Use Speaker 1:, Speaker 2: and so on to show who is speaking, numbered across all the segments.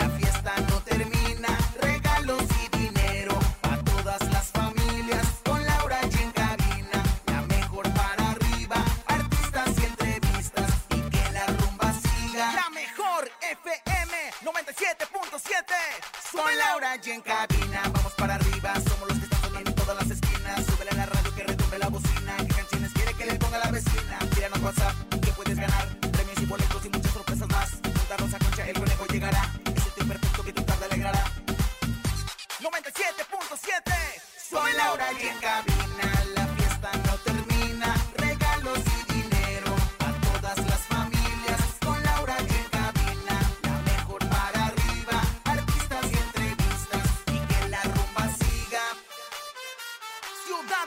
Speaker 1: la fiesta no termina. Regalos y dinero para todas las familias. Con Laura y en cabina, la mejor para arriba. Artistas y entrevistas y que la rumba siga. La mejor FM 97.7. Con Laura y en cabina, vamos para arriba. Somos los que están sonando en todas las esquinas. Súbele a la radio que retumbe la bocina. ¿Qué canciones quiere que le ponga la vecina? Tíranos WhatsApp que puedes ganar. Premios y boletos y muchas sorpresas más. Junta Rosa Concha, el conejo llegará. Es el tiempo perfecto que tu tarde alegrará. 97.7 Soy Laura y en cabina La fiesta no termina Regalos y dinero A todas las familias Con Laura y en cabina La mejor para arriba Artistas y entrevistas Y que la rumba siga Ciudad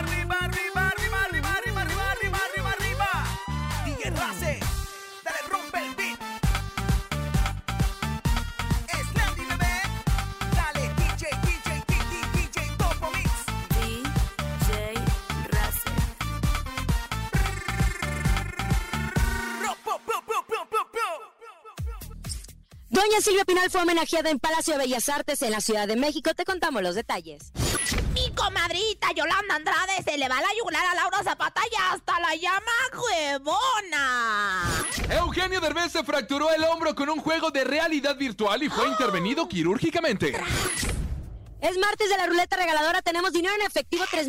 Speaker 1: arriba, arriba, arriba, arriba, arriba, arriba, arriba, arriba, arriba. DJ Race, dale rompe el beat. Slandy bebé, dale DJ, DJ, DJ, DJ, Topo Mix.
Speaker 2: DJ Racer.
Speaker 1: Ro, po, po, po, po, po, po.
Speaker 3: Doña Silvia Pinal fue homenajeada en Palacio de Bellas Artes en la Ciudad de México. Te contamos los detalles.
Speaker 4: Mi comadrita Yolanda Andrade se le va la yugular a Laura Zapata y hasta la llama huevona.
Speaker 5: Eugenio Derbez se fracturó el hombro con un juego de realidad virtual y fue intervenido quirúrgicamente.
Speaker 3: Es martes de la ruleta regaladora. Tenemos dinero en efectivo, 3.600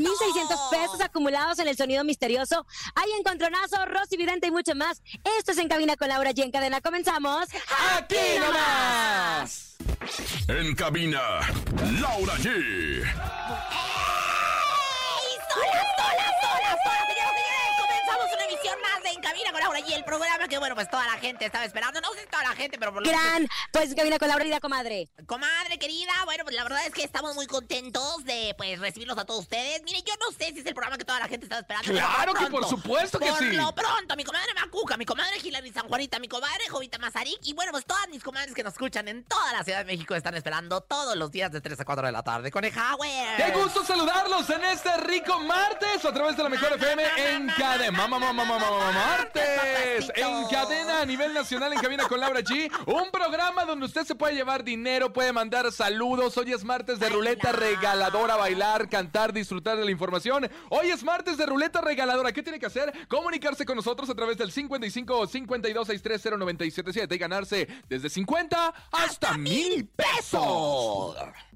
Speaker 3: pesos acumulados en el sonido misterioso. Hay encontronazo, Rosy Vidente y mucho más. Esto es En Cabina con Laura G. En Cadena comenzamos.
Speaker 5: ¡Aquí nomás!
Speaker 6: En cabina, Laura G.
Speaker 4: ¡Ey! ¡Solas, solas, solas, solas! Señoras y señores, comenzamos una emisión más de En Cabina con Laura y el programa que, bueno, pues toda la gente estaba esperando. No sé si toda la gente, pero por lo menos-
Speaker 3: Gran, pues En Cabina con Laura Vida, comadre.
Speaker 4: Comadre querida, bueno, pues la verdad es que estamos muy contentos de pues recibirlos a todos ustedes. Mire, yo no sé si es el programa que toda la gente estaba esperando. pero
Speaker 5: Claro que por
Speaker 4: pronto,
Speaker 5: supuesto que
Speaker 4: por
Speaker 5: sí.
Speaker 4: lo pronto, mi comadre Macuca, mi comadre Gilani San Juanita, mi comadre Jovita Mazarik y bueno, pues todas mis comadres que nos escuchan en toda la Ciudad de México están esperando todos los días de 3 a 4 de la tarde con el Howard.
Speaker 5: ¡Qué gusto saludarlos en este rico martes a través de la mejor FM en cadena! ¡Mamá, mamá, mamá, mamá, martes! En cadena a nivel nacional en cabina con Laura G. Un programa donde usted se puede llevar dinero, puede mandar saludos. Hoy es martes de ruleta regaladora, bailar, cantar, disfrutar de la información. Hoy es martes de ruleta regaladora. ¿Qué tiene que hacer? Comunicarse con nosotros a través del 55 52 630 977 y ganarse desde 50 hasta mil pesos.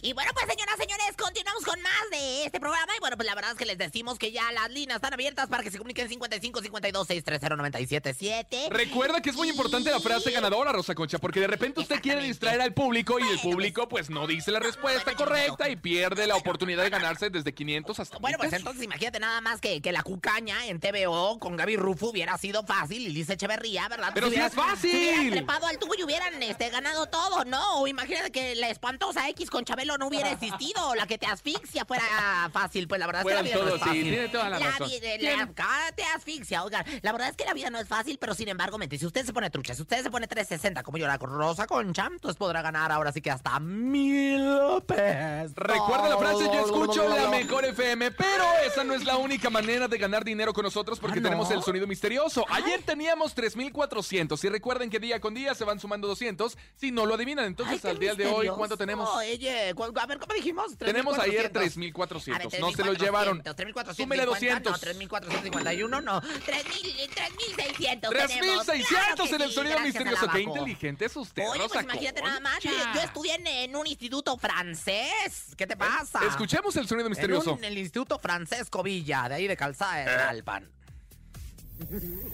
Speaker 4: Y bueno, pues señoras, señores, continuamos con más de este programa. Y bueno, pues la verdad es que les decimos que ya las líneas están abiertas para que se comuniquen 55 52 630 977.
Speaker 5: Recuerda que es muy importante la frase ganadora, Rosa Concha, porque de repente usted quiere distraer al público y el público pues no dice la respuesta correcta y pierde la oportunidad de ganarse desde 500 hasta...
Speaker 4: Bueno, pues
Speaker 5: 1000 pesos.
Speaker 4: entonces imagínate nada más que, que la cucaña en TVO con Gaby Rufo hubiera sido fácil y Liz Echeverría, ¿verdad?
Speaker 5: Pero
Speaker 4: Si
Speaker 5: sí es
Speaker 4: hubieran-
Speaker 5: fácil.
Speaker 4: si hubieran trepado al tubo y hubieran este, ganado todo, ¿no? O Imagínate que la espantosa X con Chabelo no hubiera existido, o la que te asfixia fuera fácil, pues la verdad
Speaker 5: Fueran
Speaker 4: es que la vida no
Speaker 5: todos,
Speaker 4: es
Speaker 5: sí,
Speaker 4: fácil.
Speaker 5: tiene toda la razón.
Speaker 4: vida- la-
Speaker 5: Tiene-
Speaker 4: cara te asfixia, oigan. La verdad es que la vida no es fácil, pero sin embargo, mente, si usted se pone trucha, si usted se pone 360 como yo la con Rosa Concha, entonces podrá ganar ahora sí que hasta mil pesos.
Speaker 5: Recuerda la frase, yo escucho la mejor FM, pero esa no es la única manera de ganar dinero con nosotros porque
Speaker 4: Ah, ¿no?
Speaker 5: tenemos el sonido misterioso. Ayer teníamos 3.400 y recuerden que día con día se van sumando 200 si no lo adivinan. Entonces
Speaker 4: Ay,
Speaker 5: al
Speaker 4: qué
Speaker 5: día de hoy,
Speaker 4: misterioso.
Speaker 5: ¿cuánto tenemos?
Speaker 4: Oye, ¿cu- A ver, ¿cómo dijimos?
Speaker 5: Tenemos ayer
Speaker 4: 3,400. A ver,
Speaker 5: 3.400 no se lo
Speaker 4: 3,400,
Speaker 5: llevaron.
Speaker 4: 3,450,
Speaker 5: Súmele 200.
Speaker 4: No, 3.451, no. 3,000, 3.600. tenemos,
Speaker 5: 3.600
Speaker 4: claro
Speaker 5: en
Speaker 4: que
Speaker 5: el
Speaker 4: sí,
Speaker 5: sonido
Speaker 4: gracias,
Speaker 5: misterioso. Qué
Speaker 4: Alabaco.
Speaker 5: inteligente es usted,
Speaker 4: Oye,
Speaker 5: Rosa
Speaker 4: pues imagínate
Speaker 5: Concha.
Speaker 4: nada más. Yo yo estudié en, en un instituto francés. ¿Qué te pasa?
Speaker 5: Escuchemos el sonido Eh, misterioso. Eh.
Speaker 4: En, un- en el Instituto Francesco Villa, de ahí de Calzada de Alpan.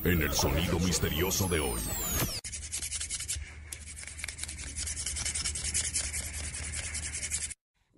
Speaker 6: En el sonido misterioso de hoy.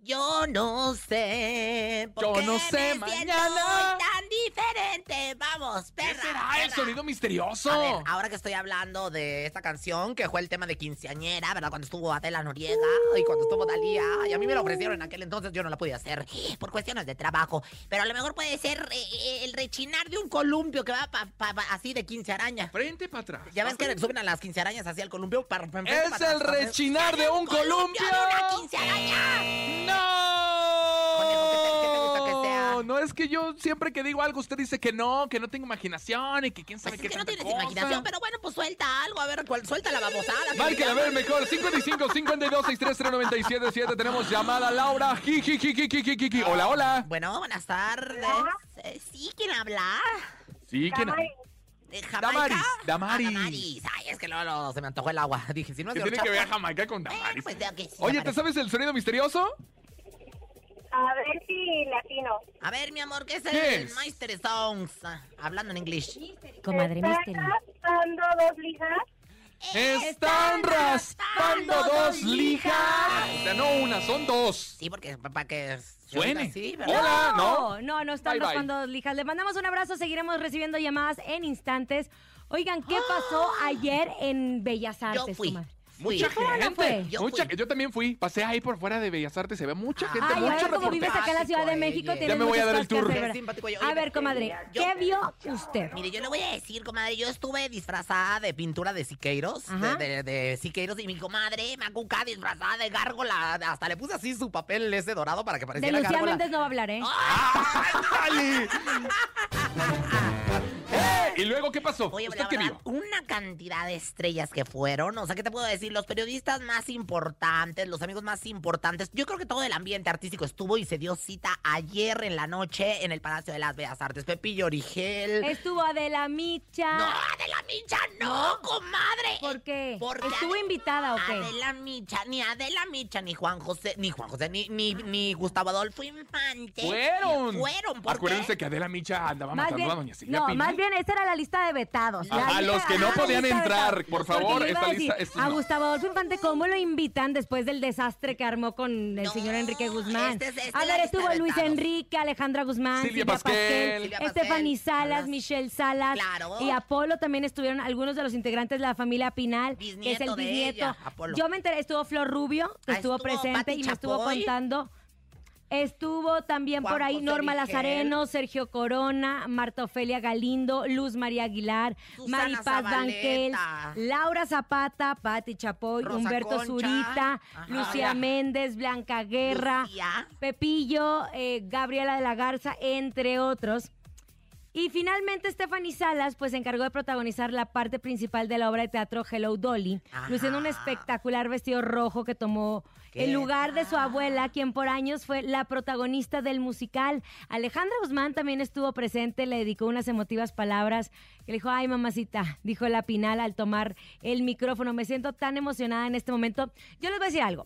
Speaker 4: Yo no sé. por
Speaker 5: Yo
Speaker 4: qué
Speaker 5: no
Speaker 4: me
Speaker 5: sé,
Speaker 4: siento
Speaker 5: mañana.
Speaker 4: hoy tan diferente. Vamos, perra.
Speaker 5: ¿Qué será el
Speaker 4: perra.
Speaker 5: sonido
Speaker 4: A ver,
Speaker 5: misterioso?
Speaker 4: ahora que estoy hablando de esta canción, que fue el tema de quinceañera, ¿verdad? Cuando estuvo Adela Noriega y cuando estuvo Dalía. Y a mí me lo ofrecieron en aquel entonces, yo no la pude hacer por cuestiones de trabajo. Pero a lo mejor puede ser eh, eh, el rechinar de un columpio que va pa- pa- pa- así de quince arañas.
Speaker 5: Frente para atrás.
Speaker 4: Ya ves que suben a las quinceañeras hacia el columpio para, para- para-
Speaker 5: ¡Es
Speaker 4: para-
Speaker 5: el
Speaker 4: para-
Speaker 5: rechinar de un columpio!
Speaker 4: de una quinceañera! Conejo, ¿qué te- qué te gusta que
Speaker 5: ¡No!
Speaker 4: sea?
Speaker 5: No es que yo siempre que digo algo, usted dice que no, que no tengo imaginación y que quién
Speaker 4: Pues
Speaker 5: sabe
Speaker 4: es
Speaker 5: qué
Speaker 4: que no
Speaker 5: tanta
Speaker 4: tienes
Speaker 5: cosa.
Speaker 4: imaginación, pero bueno, pues suelta algo, a ver, cuál, suelta la babosada. que
Speaker 5: Márquenle, a ver,
Speaker 4: digamos.
Speaker 5: mejor. 55 52 630 977 Tenemos llamada Laura. Ji, ji, ji, ji, ji, ji, ji, ji. Hola, hola.
Speaker 4: Bueno, buenas tardes. Eh, Sí, ¿quién habla?
Speaker 5: Sí, ¿quién?
Speaker 4: ¿De Jamaica?
Speaker 5: Damaris, Damaris.
Speaker 4: Ah, Damaris. Ay, es que luego, luego se me antojó el agua. Dije, si no es
Speaker 5: ¿Qué
Speaker 4: de
Speaker 5: tiene que ver
Speaker 4: horchata,
Speaker 5: Jamaica con
Speaker 4: eh,
Speaker 5: Damaris?
Speaker 4: pues, de- que sí,
Speaker 5: Oye, ¿te
Speaker 4: Damaris.
Speaker 5: sabes el sonido misterioso?
Speaker 7: A ver si latino.
Speaker 4: A ver, mi amor, ¿qué es
Speaker 5: ¿Qué
Speaker 4: el
Speaker 5: es?
Speaker 4: Meister Songs? Ah, Hablando en inglés.
Speaker 7: Comadre gastando dos lijas?
Speaker 5: Están raspando dos lijas. O sea, no una, son dos.
Speaker 4: Sí, porque para que
Speaker 5: Suene.
Speaker 4: Sí, ¿verdad?
Speaker 5: Hola, ¿no?
Speaker 2: No, no, no están
Speaker 5: Bye, bye.
Speaker 2: raspando dos lijas. Les mandamos un abrazo, seguiremos recibiendo llamadas en instantes. Oigan, ¿qué pasó ayer en Bellas Artes?
Speaker 4: Yo fui.
Speaker 2: comadre?
Speaker 4: Fui.
Speaker 5: Mucha
Speaker 2: ¿Cómo no fue?
Speaker 5: gente.
Speaker 4: Yo
Speaker 5: mucha-
Speaker 4: fui.
Speaker 5: yo también fui. Pasé ahí por fuera de Bellas Artes. Se ve mucha gente,
Speaker 2: Ay, a
Speaker 5: mucho
Speaker 2: ver, como vives
Speaker 5: reportaje.
Speaker 2: acá en la Ciudad de
Speaker 4: Oye,
Speaker 2: México,
Speaker 4: ya
Speaker 2: tienes
Speaker 5: me voy a
Speaker 2: muchas
Speaker 5: dar el
Speaker 2: cosas
Speaker 5: tour.
Speaker 2: que hacer.
Speaker 4: Qué simpático. Oye,
Speaker 2: A ver,
Speaker 4: yo-
Speaker 2: comadre, ¿qué vio usted?
Speaker 4: Mire, yo le voy a decir, comadre, yo estuve disfrazada de pintura de Siqueiros,
Speaker 2: Ajá.
Speaker 4: de, de- de Siqueiros, y mi comadre Macuca disfrazada de gárgola. Hasta le puse así su papel ese dorado para que
Speaker 2: De
Speaker 4: pareciera
Speaker 2: Lucía
Speaker 4: gárgola.
Speaker 2: Méndez no va a hablar, ¿eh?
Speaker 5: ¡Ándale! ¡Eh! ¿Y luego qué pasó?
Speaker 4: Oye,
Speaker 5: ¿Usted
Speaker 4: la
Speaker 5: qué
Speaker 4: verdad,
Speaker 5: vio?
Speaker 4: una cantidad de estrellas que fueron. O sea, ¿qué te puedo decir? Los periodistas más importantes, los amigos más importantes. Yo creo que todo el ambiente artístico estuvo y se dio cita ayer en la noche en el Palacio de las Bellas Artes. Pepillo Origel.
Speaker 2: Estuvo Adela Micha.
Speaker 4: ¡No, Adela Micha, no, comadre!
Speaker 2: ¿Por qué?
Speaker 4: Porque
Speaker 2: ¿Estuvo
Speaker 4: Ade-
Speaker 2: invitada o qué?
Speaker 4: Adela Micha, ni Adela Micha, ni Juan José, ni Juan José, ni, ni, ni Gustavo Adolfo Infante.
Speaker 5: Fueron.
Speaker 4: Fueron, ¿por
Speaker 5: Acuérdense
Speaker 4: qué?
Speaker 5: que Adela Micha andaba
Speaker 2: Más
Speaker 5: matando
Speaker 2: bien,
Speaker 5: a Doña Silvia
Speaker 2: no,
Speaker 5: Pinal.
Speaker 2: más bien esta era la lista de vetados.
Speaker 5: A-
Speaker 2: La
Speaker 5: a
Speaker 2: lista-
Speaker 5: los que no
Speaker 2: ajá, la
Speaker 5: podían
Speaker 2: lista de
Speaker 5: entrar,
Speaker 2: vetados.
Speaker 5: por favor,
Speaker 2: Porque yo iba
Speaker 5: esta
Speaker 2: a
Speaker 5: lista-
Speaker 2: decir,
Speaker 5: estos
Speaker 2: a
Speaker 5: no.
Speaker 2: Gustavo Adolfo Infante, ¿cómo lo invitan después del desastre que armó con el
Speaker 4: No,
Speaker 2: señor Enrique Guzmán?
Speaker 4: este es- este
Speaker 2: a
Speaker 4: es la
Speaker 2: ver,
Speaker 4: lista
Speaker 2: estuvo
Speaker 4: de
Speaker 2: Luis
Speaker 4: vetados.
Speaker 2: Enrique, Alejandra Guzmán,
Speaker 5: Silvia
Speaker 2: Silvia,
Speaker 5: Pasquel,
Speaker 2: Pasquel,
Speaker 4: Silvia Pasquel,
Speaker 2: Stephanie Salas,
Speaker 4: Salas.
Speaker 2: Michelle Salas
Speaker 4: Claro.
Speaker 2: y Apolo. También estuvieron algunos de los integrantes de la familia Pinal, que es el
Speaker 4: Bisnieto de
Speaker 2: bisnieto.
Speaker 4: ella, Apolo.
Speaker 2: Yo me enteré, estuvo Flor Rubio, que
Speaker 4: Ah,
Speaker 2: estuvo,
Speaker 4: estuvo
Speaker 2: presente
Speaker 4: Pati
Speaker 2: y me estuvo
Speaker 4: Chapoy.
Speaker 2: contando. Estuvo también
Speaker 4: Juan
Speaker 2: por ahí
Speaker 4: José
Speaker 2: Norma
Speaker 4: Rigel.
Speaker 2: Lazareno, Sergio Corona, Marta Ofelia Galindo, Luz María Aguilar,
Speaker 4: Susana
Speaker 2: Maripaz Banquel,
Speaker 4: Zabaleta.
Speaker 2: Laura Zapata, Pati Chapoy,
Speaker 4: Rosa
Speaker 2: Humberto
Speaker 4: Concha.
Speaker 2: Zurita,
Speaker 4: Ajá.
Speaker 2: Lucía
Speaker 4: Hola.
Speaker 2: Méndez, Blanca Guerra,
Speaker 4: Lucía.
Speaker 2: Pepillo, eh, Gabriela de la Garza, entre otros. Y finalmente Stephanie Salas pues se encargó de protagonizar la parte principal de la obra de teatro Hello Dolly,
Speaker 4: Ajá.
Speaker 2: luciendo un espectacular vestido rojo que tomó
Speaker 4: ¿Qué
Speaker 2: el lugar de su
Speaker 4: tal?
Speaker 2: abuela, quien por años fue la protagonista del musical. Alejandra Guzmán también estuvo presente, le dedicó unas emotivas palabras que le dijo, ay mamacita, dijo la Pinal al tomar el micrófono, me siento tan emocionada en este momento. Yo les voy a decir algo,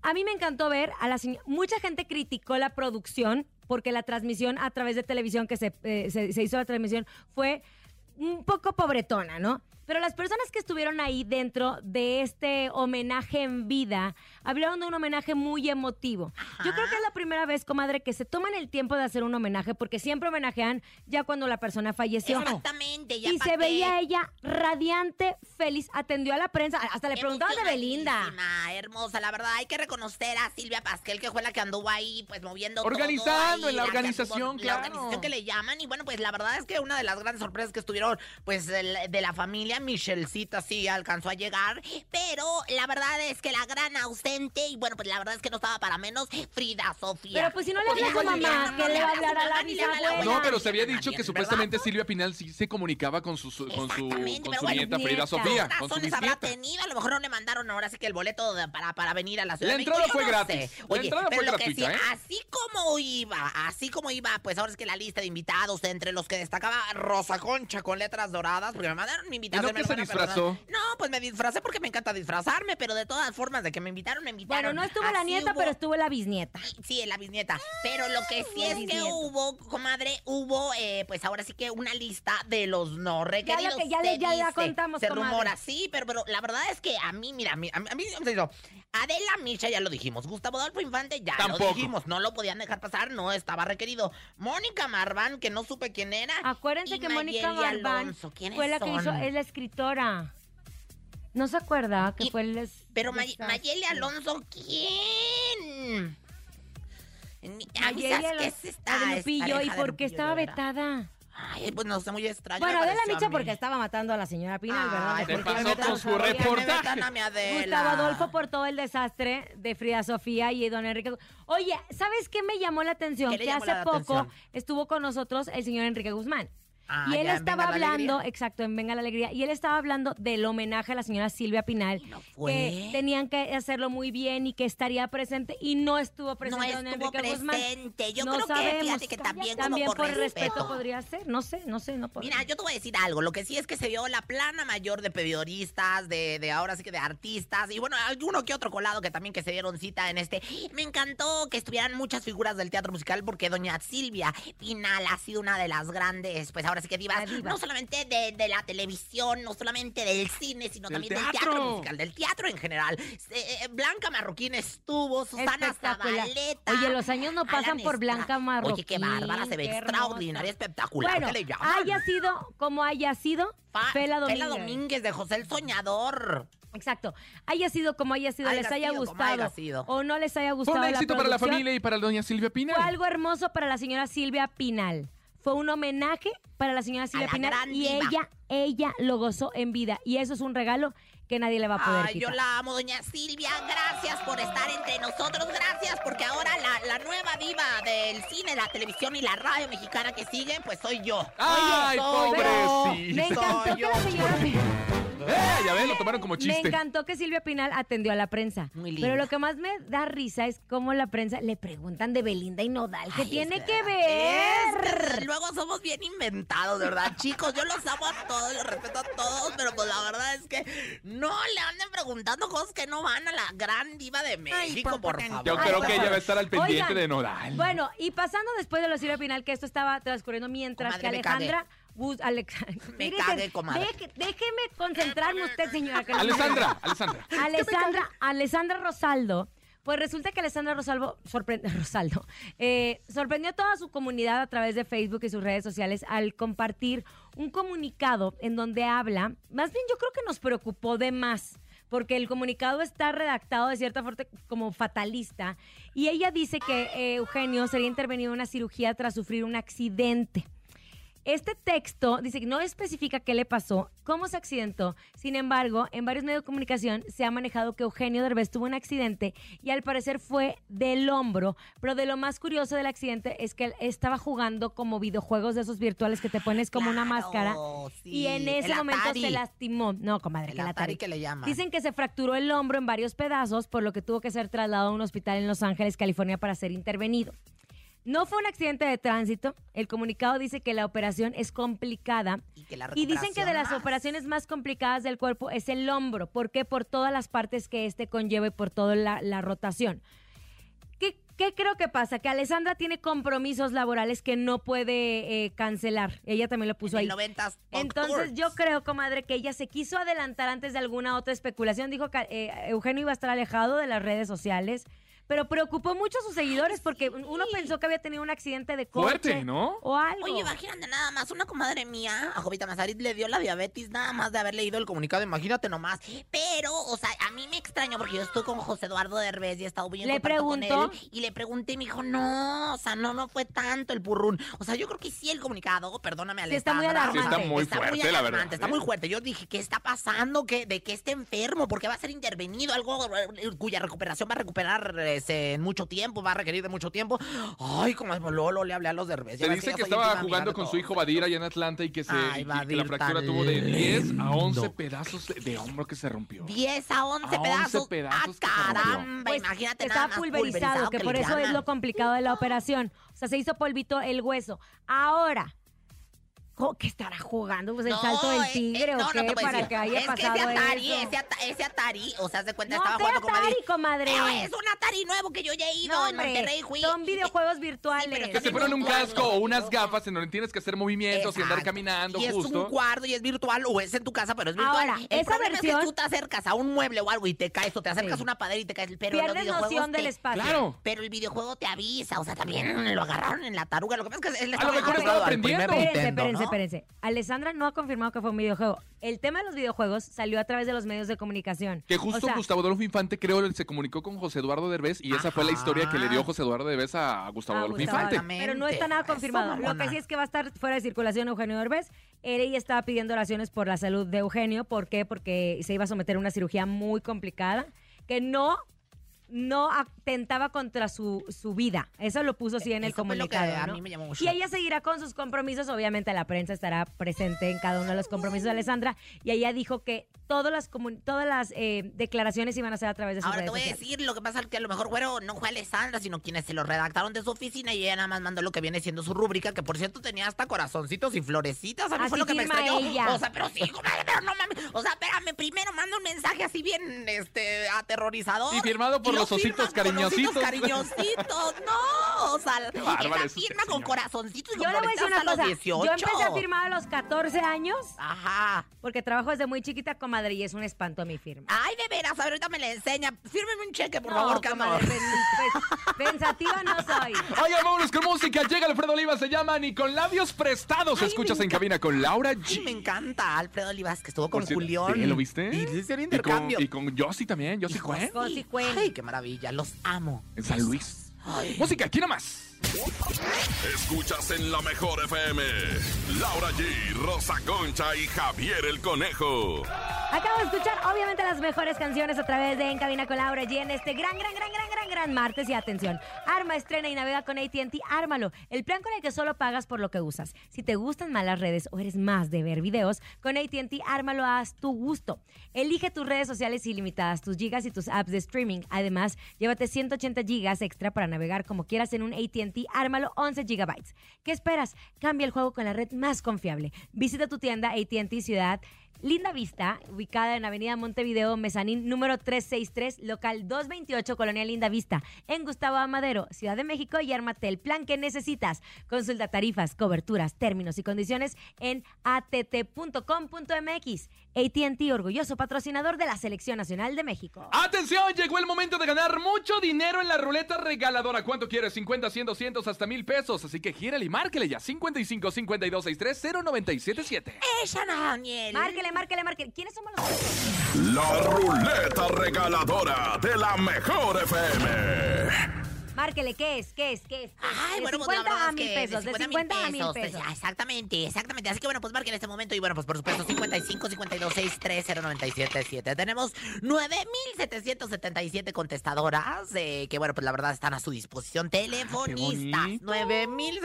Speaker 2: a mí me encantó ver a la señora. Mucha gente criticó la producción porque la transmisión a través de televisión que se, eh, se- se hizo la transmisión fue un poco pobretona, ¿no? Pero las personas que estuvieron ahí dentro de este homenaje en vida hablaron de un homenaje muy emotivo. Yo creo que es la primera vez, comadre, que se toman el tiempo de hacer un homenaje porque siempre homenajean ya cuando la persona falleció.
Speaker 4: Exactamente, ya
Speaker 2: Y se
Speaker 4: pasé.
Speaker 2: veía ella radiante, feliz, atendió a la prensa, hasta le preguntaban de Belinda.
Speaker 4: Emocionadísima, Hermosa, la verdad, hay que reconocer a Silvia Pasquel, que fue la que anduvo ahí, pues moviendo. todo
Speaker 5: Organizando,
Speaker 4: ahí,
Speaker 5: en la
Speaker 4: que anduvo-
Speaker 5: organización,
Speaker 4: La
Speaker 5: claro.
Speaker 4: organización que le llaman. Y bueno, pues la verdad es que una de las grandes sorpresas que estuvieron, pues el- de la familia, novia Michelcita sí alcanzó a llegar, pero la verdad es que la gran ausente, y bueno, pues la verdad es que no estaba para menos, Frida Sofía.
Speaker 3: Pero pues si no le habla a su
Speaker 4: Híjole,
Speaker 3: mamá,
Speaker 4: no,
Speaker 3: ¿qué
Speaker 4: no
Speaker 3: le va a
Speaker 4: habla
Speaker 3: hablar a
Speaker 4: su
Speaker 3: la
Speaker 4: mamá, ni le habla a la
Speaker 3: bisabuela?
Speaker 5: No,
Speaker 4: abuela,
Speaker 5: pero
Speaker 4: ni
Speaker 5: se
Speaker 4: a
Speaker 5: había
Speaker 4: la
Speaker 5: dicho
Speaker 4: nadie,
Speaker 5: que
Speaker 4: ¿verdad?
Speaker 5: supuestamente Silvia Pinal sí se comunicaba con su, su- con su,
Speaker 4: Exactamente,
Speaker 5: con
Speaker 4: pero
Speaker 5: su
Speaker 4: bueno,
Speaker 5: nieta Frida
Speaker 3: nieta.
Speaker 5: Sofía, con su
Speaker 4: razones habrá
Speaker 5: bisnieta.
Speaker 4: tenido? A lo mejor no le mandaron ahora sí que el boleto de- para, para venir a la ciudad.
Speaker 5: La
Speaker 4: de México,
Speaker 5: entrada
Speaker 4: yo
Speaker 5: fue
Speaker 4: no
Speaker 5: gratis.
Speaker 4: sé.
Speaker 5: La
Speaker 4: Oye,
Speaker 5: entrada
Speaker 4: pero
Speaker 5: fue
Speaker 4: lo que sí,
Speaker 5: gratuita, ¿eh?
Speaker 4: así como iba, así como iba, pues ahora es que la lista de invitados, entre los que destacaba Rosa Concha con letras doradas, porque me mandaron invitación.
Speaker 5: ¿Y no
Speaker 4: me
Speaker 5: que se
Speaker 4: mandaron, pero no-
Speaker 5: disfrazó?
Speaker 4: No, pues me disfracé porque me encanta disfrazarme, pero de todas formas, de que me invitaron, me invitaron.
Speaker 2: Bueno, no estuvo la
Speaker 4: Así
Speaker 2: nieta,
Speaker 4: hubo-
Speaker 2: pero estuvo la bisnieta.
Speaker 4: Sí, la bisnieta. Pero lo que sí
Speaker 2: la
Speaker 4: es que
Speaker 2: bisnieta.
Speaker 4: hubo, comadre, hubo, eh, pues ahora sí que una lista de los no requeridos.
Speaker 2: que ya le-
Speaker 4: se
Speaker 2: ya la
Speaker 4: dice,
Speaker 2: contamos,
Speaker 4: Se
Speaker 2: comadre.
Speaker 4: rumora, sí, pero, pero la verdad es que a mí, mira, a mí, a mí, a mí se hizo. Adela Micha ya lo dijimos. Gustavo Adolfo Infante ya
Speaker 5: Tampoco.
Speaker 4: lo dijimos. No lo podían dejar pasar, no estaba requerido. Mónica Marván, que no supe quién era.
Speaker 2: Acuérdense
Speaker 4: y
Speaker 2: que Mónica
Speaker 4: Mayeli
Speaker 2: Marván
Speaker 4: Alonso. ¿Quiénes
Speaker 2: fue la que
Speaker 4: son?
Speaker 2: hizo, es la escritora. ¿No se acuerda que
Speaker 4: Y-
Speaker 2: fue el... es-
Speaker 4: Pero May-
Speaker 2: desastre?
Speaker 4: Mayeli Alonso, ¿quién? Ni-
Speaker 2: Mayeli
Speaker 4: avisas que
Speaker 2: Alonso,
Speaker 4: es esta-
Speaker 2: la de
Speaker 4: esta
Speaker 2: Lupillo, ¿y
Speaker 4: hija de
Speaker 2: por qué
Speaker 4: Lupillo
Speaker 2: estaba
Speaker 4: Rivera?
Speaker 2: vetada?
Speaker 4: Ay, pues no sé, muy extraño.
Speaker 2: Bueno,
Speaker 4: me
Speaker 2: Adela
Speaker 4: pareció a
Speaker 2: Micha
Speaker 4: mí.
Speaker 2: porque estaba matando a la señora Pinal, ¿verdad?
Speaker 4: Ay,
Speaker 5: Se
Speaker 4: ¿por
Speaker 2: Porque
Speaker 4: qué
Speaker 5: pasó
Speaker 4: me
Speaker 2: obviamente
Speaker 5: con
Speaker 2: no
Speaker 4: vetan-
Speaker 5: su
Speaker 4: por qué
Speaker 2: sabía.
Speaker 4: me
Speaker 5: reportaje.
Speaker 4: vetan a mi Adela?
Speaker 2: Gustavo Adolfo por todo el desastre de Frida Sofía y don Enrique. Oye, ¿sabes qué me llamó la atención?
Speaker 4: ¿Qué le
Speaker 2: Que
Speaker 4: llamó
Speaker 2: hace
Speaker 4: la
Speaker 2: poco
Speaker 4: atención?
Speaker 2: estuvo con nosotros el señor Enrique Guzmán.
Speaker 4: Ah,
Speaker 2: y él
Speaker 4: ya, en
Speaker 2: estaba
Speaker 4: Venga la
Speaker 2: hablando,
Speaker 4: Alegría.
Speaker 2: exacto, en Venga la Alegría, y él estaba hablando del homenaje a la señora Silvia Pinal.
Speaker 4: no fue.
Speaker 2: Que tenían que hacerlo muy bien y que estaría presente y no estuvo presente don
Speaker 4: no estuvo
Speaker 2: Enrique Guzmán.
Speaker 4: presente. Yo
Speaker 2: no
Speaker 4: creo que,
Speaker 2: sabemos.
Speaker 4: fíjate que también,
Speaker 2: También
Speaker 4: como
Speaker 2: por, respeto. podría ser, no sé, no sé, no por
Speaker 4: Mira, yo te voy a decir algo. Lo que sí es que se vio la plana mayor de periodistas, de, de ahora sí que de artistas, y bueno, alguno que otro colado que también que se dieron cita en este. Me encantó que estuvieran muchas figuras del teatro musical porque doña Silvia Pinal ha sido una de las grandes, pues ahora sí que divas,
Speaker 2: La diva.
Speaker 4: no solamente de, de la televisión, no solamente del cine, sino
Speaker 5: Del
Speaker 4: también del
Speaker 5: teatro.
Speaker 4: teatro musical, del teatro en general. Se- eh, Blanca Marroquín estuvo, Susana
Speaker 2: Espectacular.
Speaker 4: Zabaleta.
Speaker 2: Oye, los años no
Speaker 4: Alan
Speaker 2: pasan por
Speaker 4: Estrada.
Speaker 2: Blanca Marroquín.
Speaker 4: Oye, qué bárbara, se ve
Speaker 2: qué
Speaker 4: extraordinaria,
Speaker 2: hermosa.
Speaker 4: espectacular.
Speaker 2: Bueno, ah,
Speaker 4: ¿Qué le llaman?
Speaker 2: haya sido como haya sido,
Speaker 4: Fa-
Speaker 2: Fela Domínguez.
Speaker 4: de José el Soñador.
Speaker 2: Exacto. Haya sido como haya sido,
Speaker 4: Haya
Speaker 2: les haya
Speaker 4: sido como
Speaker 2: gustado
Speaker 4: haya sido.
Speaker 2: o no les haya
Speaker 5: Fue
Speaker 2: gustado
Speaker 5: un
Speaker 2: la
Speaker 5: éxito para la
Speaker 2: producción,
Speaker 5: familia y para doña Silvia Pinal.
Speaker 2: Fue algo hermoso para la señora Silvia Pinal. Fue un homenaje para la señora Silvia
Speaker 4: la
Speaker 2: Pinal
Speaker 4: gran
Speaker 2: y
Speaker 4: diva.
Speaker 2: ella ella lo gozó en vida y eso es un regalo que nadie le va a Ah, poder
Speaker 4: Ay, yo
Speaker 2: quitar.
Speaker 4: la amo, doña Silvia. Gracias por estar entre nosotros. Gracias porque ahora la, la nueva diva del cine, la televisión y la radio mexicana que sigue, pues soy yo. Soy
Speaker 5: ¡Ay,
Speaker 4: yo.
Speaker 5: pobrecita!
Speaker 2: Me encantó que la
Speaker 4: Soy yo.
Speaker 2: señora Pinal-
Speaker 5: ¡Eh! Ya ves, lo tomaron como
Speaker 2: Me
Speaker 5: chiste.
Speaker 2: encantó que Silvia Pinal atendió a la prensa.
Speaker 4: Muy linda.
Speaker 2: Pero lo que más me da risa es cómo la prensa le preguntan de Belinda y Nodal, que
Speaker 4: Ay, Este
Speaker 2: tiene
Speaker 4: es
Speaker 2: que
Speaker 4: verdad, es
Speaker 2: ver.
Speaker 4: verdad. Luego somos bien inventados, de verdad, chicos. Yo los amo a todos, los respeto a todos, pero pues la verdad es que no le anden preguntando cosas que no van a la gran diva de México, por favor.
Speaker 5: Yo creo que ella va a estar al pendiente
Speaker 2: Oigan,
Speaker 5: de Nodal.
Speaker 2: Bueno, y pasando después de lo de Silvia Pinal, que esto estaba transcurriendo mientras
Speaker 4: Comadre,
Speaker 2: que
Speaker 4: me cagué.
Speaker 2: Alejandra... Bus- Alex-
Speaker 4: Me
Speaker 2: Miren,
Speaker 4: cagué, comadre.
Speaker 2: deje- déjeme concentrarme usted, señora. que no me-
Speaker 5: Alessandra, Alessandra.
Speaker 2: Alessandra, Alessandra Rosaldo. Pues resulta que Alessandra Rosalvo, sorpre- Rosaldo eh, sorprendió a toda su comunidad a través de Facebook y sus redes sociales al compartir un comunicado en donde habla, más bien yo creo que nos preocupó de más, porque el comunicado está redactado de cierta forma como fatalista, y ella dice que eh, Eugenio sería intervenido en una cirugía tras sufrir un accidente. Este texto dice que no especifica qué le pasó, cómo se accidentó. Sin embargo, en varios medios de comunicación se ha manejado que Eugenio Derbez tuvo un accidente y al parecer fue del hombro. Pero de lo más curioso del accidente es que él estaba jugando como videojuegos de esos virtuales que te pones como una
Speaker 4: Claro,
Speaker 2: máscara.
Speaker 4: sí,
Speaker 2: Y en ese
Speaker 4: el
Speaker 2: momento
Speaker 4: Atari.
Speaker 2: se lastimó. No, comadre,
Speaker 4: El
Speaker 2: que la
Speaker 4: Atari que le llaman.
Speaker 2: Dicen que se fracturó el hombro en varios pedazos, por lo que tuvo que ser trasladado a un hospital en Los Ángeles, California, para ser intervenido. No fue un accidente de tránsito. El comunicado dice que la operación es complicada.
Speaker 4: Y, que la
Speaker 2: Y dicen que de
Speaker 4: recuperación
Speaker 2: las
Speaker 4: más.
Speaker 2: operaciones más complicadas del cuerpo es el hombro. ¿Por qué? Por todas las partes que este conlleva y por toda la, la rotación. ¿Qué, qué creo que pasa? Que Alessandra tiene compromisos laborales que no puede eh, cancelar. Ella también lo puso
Speaker 4: En
Speaker 2: ahí.
Speaker 4: el 90s Pop
Speaker 2: Entonces
Speaker 4: Tour.
Speaker 2: yo creo, comadre, que ella se quiso adelantar antes de alguna otra especulación. Dijo que eh, Eugenio iba a estar alejado de las redes sociales. pero preocupó mucho a sus seguidores porque uno pensó que había tenido un accidente de coche.
Speaker 5: Fuerte, ¿no?
Speaker 2: O algo.
Speaker 4: Oye, imagínate nada más, una comadre mía, a Jovita Mazarit le dio la diabetes nada más de haber leído el comunicado, imagínate nomás. Pero, o sea, a mí me extrañó porque yo estuve con José Eduardo Derbez y he estado muy en
Speaker 2: ¿Le
Speaker 4: contacto con
Speaker 2: preguntó?
Speaker 4: él, Y le pregunté y me dijo, no, o sea, no, no fue tanto el burrún. O sea, yo creo que sí el comunicado, perdóname,
Speaker 2: Sí, está muy
Speaker 4: Alejandra,
Speaker 2: alarmante. Sí, está
Speaker 5: muy fuerte, la
Speaker 4: alarmante,
Speaker 5: verdad,
Speaker 4: Está
Speaker 5: ¿eh?
Speaker 4: muy fuerte. Yo dije, ¿qué está pasando? ¿Qué, ¿De qué está enfermo? ¿Por qué va a ser intervenido? Algo eh, cuya recuperación va a recuperar este, en mucho tiempo, va a requerir de mucho tiempo. Ay, como Lolo le hablé a los Derbez.
Speaker 5: Se dice que estaba jugando con su hijo Badir allá en Atlanta y que, se,
Speaker 4: Ay,
Speaker 5: y que la
Speaker 4: Badir,
Speaker 5: fractura
Speaker 4: tan
Speaker 5: tuvo de 10 a 11
Speaker 4: lindo.
Speaker 5: pedazos de, de hombro que se rompió.
Speaker 4: 10 a 11
Speaker 5: A 11
Speaker 4: pedazos.
Speaker 5: Ah, pedazos que se
Speaker 4: ¡Ah,
Speaker 5: rompió.
Speaker 4: caramba!
Speaker 2: Pues,
Speaker 4: imagínate
Speaker 2: estaba
Speaker 4: nada más
Speaker 2: pulverizado, que, por
Speaker 4: le
Speaker 2: eso es
Speaker 4: llaman.
Speaker 2: lo complicado de la operación. O sea, se hizo polvito el hueso. Ahora, jo- ¿qué estará jugando? Pues el
Speaker 4: No,
Speaker 2: salto
Speaker 4: eh,
Speaker 2: del
Speaker 4: eh,
Speaker 2: tigre
Speaker 4: no,
Speaker 2: o
Speaker 4: no
Speaker 2: qué
Speaker 4: te puedo
Speaker 2: para
Speaker 4: decir.
Speaker 2: que haya
Speaker 4: es
Speaker 2: pasado
Speaker 4: que ese Atari,
Speaker 2: eso.
Speaker 4: Ese, ata- ese Atari, o sea, se cuenta,
Speaker 2: No,
Speaker 4: estaba
Speaker 2: qué
Speaker 4: jugando con
Speaker 2: Atari,
Speaker 4: Madrid.
Speaker 2: comadre.
Speaker 4: Pero es un Atari nuevo que yo ya he ido
Speaker 2: No,
Speaker 4: en
Speaker 2: hombre,
Speaker 4: Monterrey. Fui.
Speaker 2: son videojuegos
Speaker 4: Sí,
Speaker 2: virtuales.
Speaker 4: pero
Speaker 5: Que te
Speaker 4: También
Speaker 5: ponen un
Speaker 4: virtual,
Speaker 5: casco
Speaker 4: ¿no?
Speaker 5: o unas gafas en donde tienes que hacer movimientos y andar
Speaker 4: Exacto.
Speaker 5: caminando
Speaker 4: y es un
Speaker 5: justo.
Speaker 4: cuarto y es virtual o es en tu casa, pero es virtual.
Speaker 2: Ahora,
Speaker 4: el
Speaker 2: esa
Speaker 4: problema es
Speaker 2: versión-
Speaker 4: que tú te acercas a un mueble o algo y te caes o te acercas
Speaker 2: Sí.
Speaker 4: a una padera y te caes. Pero los
Speaker 2: Pierdes
Speaker 4: videojuegos
Speaker 2: noción del
Speaker 4: te-
Speaker 2: espacio.
Speaker 5: Claro.
Speaker 4: Pero el videojuego te avisa, o sea, también lo agarraron en la taruga. Lo que pasa es que él estaba
Speaker 5: lo mejor
Speaker 4: jugando
Speaker 5: estaba
Speaker 4: al primer
Speaker 5: aprendiendo.
Speaker 2: Espérense,
Speaker 4: Nintendo,
Speaker 2: espérense,
Speaker 4: ¿no?
Speaker 2: espérense. Alessandra no ha confirmado que fue un videojuego. El tema de los videojuegos salió a través de los medios de comunicación.
Speaker 5: Que justo
Speaker 2: O sea,
Speaker 5: Gustavo Adolfo Infante creo se comunicó con José Eduardo Derbez y esa fue la
Speaker 4: Ajá.
Speaker 5: historia que le dio José Eduardo Derbez a Gustavo
Speaker 2: a
Speaker 5: Adolfo
Speaker 2: ah, Gustavo
Speaker 5: Infante.
Speaker 2: Adolfo. Pero no está nada
Speaker 4: Eso,
Speaker 2: confirmado. Lo que
Speaker 4: mamona.
Speaker 2: sí es que va a estar fuera de circulación Eugenio Derbez. Ella estaba pidiendo oraciones por la salud de Eugenio. ¿Por qué? Porque se iba a someter a una cirugía muy complicada que no no atentaba contra su, su vida. Eso lo puso sí en el
Speaker 4: Eso fue lo que
Speaker 2: comunicado.
Speaker 4: a
Speaker 2: ¿no?
Speaker 4: mí me llamó mucho.
Speaker 2: Y ella seguirá con sus compromisos. Obviamente la prensa estará presente en cada uno de los compromisos de Alessandra. Y ella dijo que todas las, comun- todas las eh, declaraciones iban a ser a través de sus
Speaker 4: Ahora
Speaker 2: redes
Speaker 4: te voy a
Speaker 2: sociales.
Speaker 4: decir lo que pasa es que a lo mejor Güero no fue Alessandra, sino quienes se lo redactaron de su oficina y ella nada más mandó lo que viene siendo su rúbrica, que por cierto tenía hasta corazoncitos y florecitas. A mí
Speaker 2: Así
Speaker 4: fue lo que me
Speaker 2: firma
Speaker 4: extrañó.
Speaker 2: Ah, ella.
Speaker 4: O sea, pero sí, comadre, pero no mames. O sea, espérame, primero manda un mensaje así bien este aterrorizador.
Speaker 5: Y firmado por
Speaker 4: lo
Speaker 5: los ositos
Speaker 4: firma con ositos
Speaker 5: cariñositos.
Speaker 4: cariñositos. No, o sea,
Speaker 5: bárbaro
Speaker 4: ella
Speaker 5: es usted,
Speaker 4: firma con
Speaker 5: señora.
Speaker 4: corazoncitos y
Speaker 2: Yo
Speaker 4: con
Speaker 2: le voy a decir
Speaker 4: florecitas
Speaker 2: una
Speaker 4: hasta
Speaker 2: cosa.
Speaker 4: los 18.
Speaker 2: Yo empecé a firmar a los 14 años
Speaker 4: Ajá.
Speaker 2: porque trabajo desde muy chiquita, comadre, y es un espanto a mi firma.
Speaker 4: Ay, de veras, a ver, ahorita me la enseña. Fírmeme un cheque, por
Speaker 2: No,
Speaker 4: favor, que ando-
Speaker 2: comadre, pens- pens- pensativa no soy.
Speaker 5: Oigan, vámonos con música. Llega Alfredo Oliva, se llama Ni con labios prestados.
Speaker 4: Ay,
Speaker 5: Escuchas
Speaker 4: me
Speaker 5: en cabina con Laura G.
Speaker 4: Ay, me encanta Alfredo Olivas, que estuvo
Speaker 5: Por
Speaker 4: con
Speaker 5: cierto,
Speaker 4: Julián.
Speaker 5: ¿sí? ¿Lo viste?
Speaker 4: Y hicieron
Speaker 5: Y con,
Speaker 4: intercambio.
Speaker 5: y con Yossi también, Yossi
Speaker 4: Hijos,
Speaker 5: Cuen,
Speaker 2: Con si cuen.
Speaker 4: Ay, qué maravilla, los amo.
Speaker 5: en San Luis. Música, aquí nomás.
Speaker 6: Escuchas en la mejor FM. Laura G, Rosa Concha y Javier el Conejo.
Speaker 2: Acabo de escuchar, obviamente, las mejores canciones a través de En Cabina con Laura G en este gran, gran, gran, gran, gran, gran martes. Y atención, arma, estrena y navega con AT&T, ármalo. El plan con el que solo pagas por lo que usas. Si te gustan más las redes o eres más de ver videos, con AT&T, ármalo a tu gusto. Elige tus redes sociales ilimitadas, tus gigas y tus apps de streaming. Además, llévate 180 gigas extra para navegar como quieras en un AT&T, ármalo 11 gigabytes. ¿Qué esperas? Cambia el juego con la red más confiable. Visita tu tienda AT&T Ciudad Linda Vista, ubicada en Avenida Montevideo, Mezanín número 363, local 228, Colonia Linda Vista, en Gustavo Amadero, Ciudad de México, y ármate el plan que necesitas. Consulta tarifas, coberturas, términos y condiciones en att.com.mx. ATT, orgulloso patrocinador de la Selección Nacional de México.
Speaker 5: Atención, llegó el momento de ganar mucho dinero en la ruleta regaladora. ¿Cuánto quieres? 50, 100, 200, hasta mil pesos. Así que gírale y márquele ya. 55 52 63 0977.
Speaker 4: Ella no, Daniel.
Speaker 2: Márquele, márquele, márquele. ¿Quiénes somos los
Speaker 6: La ruleta regaladora de la mejor FM.
Speaker 2: Márquele, ¿qué es? ¿Qué es? ¿Qué es?
Speaker 4: Ay,
Speaker 2: de
Speaker 4: bueno, pues la
Speaker 2: 50
Speaker 4: verdad
Speaker 2: a
Speaker 4: es
Speaker 2: mil
Speaker 4: que
Speaker 2: pesos, de 50 a mil
Speaker 4: pues,
Speaker 2: pesos.
Speaker 4: ya, exactamente, exactamente. Así que bueno, pues marquen en este momento. Y bueno, pues por supuesto, 55 52 6 7 Tenemos 9,777 contestadoras. eh, que bueno, pues la verdad están a su disposición. Telefonistas.
Speaker 5: Ah, bonito.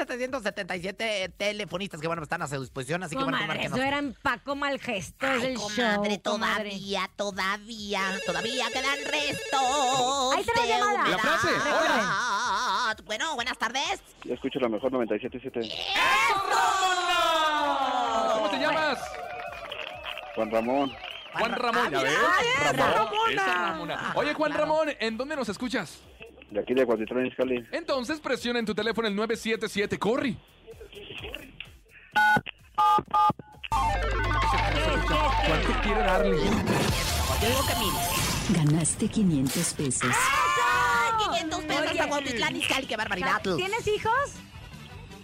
Speaker 4: 9,777 telefonistas que bueno, pues están a su disposición. Así que bueno, pues
Speaker 2: Comadre,
Speaker 4: márquenos.
Speaker 2: eso eran Paco Malgesto, es
Speaker 4: Ay,
Speaker 2: el
Speaker 4: comadre,
Speaker 2: show, comadre.
Speaker 4: todavía, todavía, todavía quedan restos.
Speaker 2: Ahí tenemos
Speaker 4: de
Speaker 2: llamada.
Speaker 5: La frase,
Speaker 4: humedad. Bueno, buenas tardes.
Speaker 8: Yo escucho la mejor 97.7.
Speaker 5: ¿Cómo te llamas?
Speaker 8: Juan Ramón,
Speaker 5: Juan Ramón, ¿ya
Speaker 4: Ah,
Speaker 5: ves?
Speaker 4: mira,
Speaker 5: Ramón,
Speaker 4: Ramona.
Speaker 5: esa Ramona. Oye, Juan
Speaker 4: Claro.
Speaker 5: Ramón, ¿en dónde nos escuchas?
Speaker 8: de aquí de Cuatitlán, Iscali.
Speaker 5: Entonces presiona en tu teléfono el 977. Corri.
Speaker 2: ¿Qué es? ¿Qué es? ¿Qué es?
Speaker 5: ¿Cuánto quiere darle?
Speaker 4: Yo digo que mil.
Speaker 9: Ganaste 500 pesos.
Speaker 4: ¡Ay, 500 hasta Cuautitlán Izcalli, qué barbaridad.
Speaker 2: ¿Tienes hijos?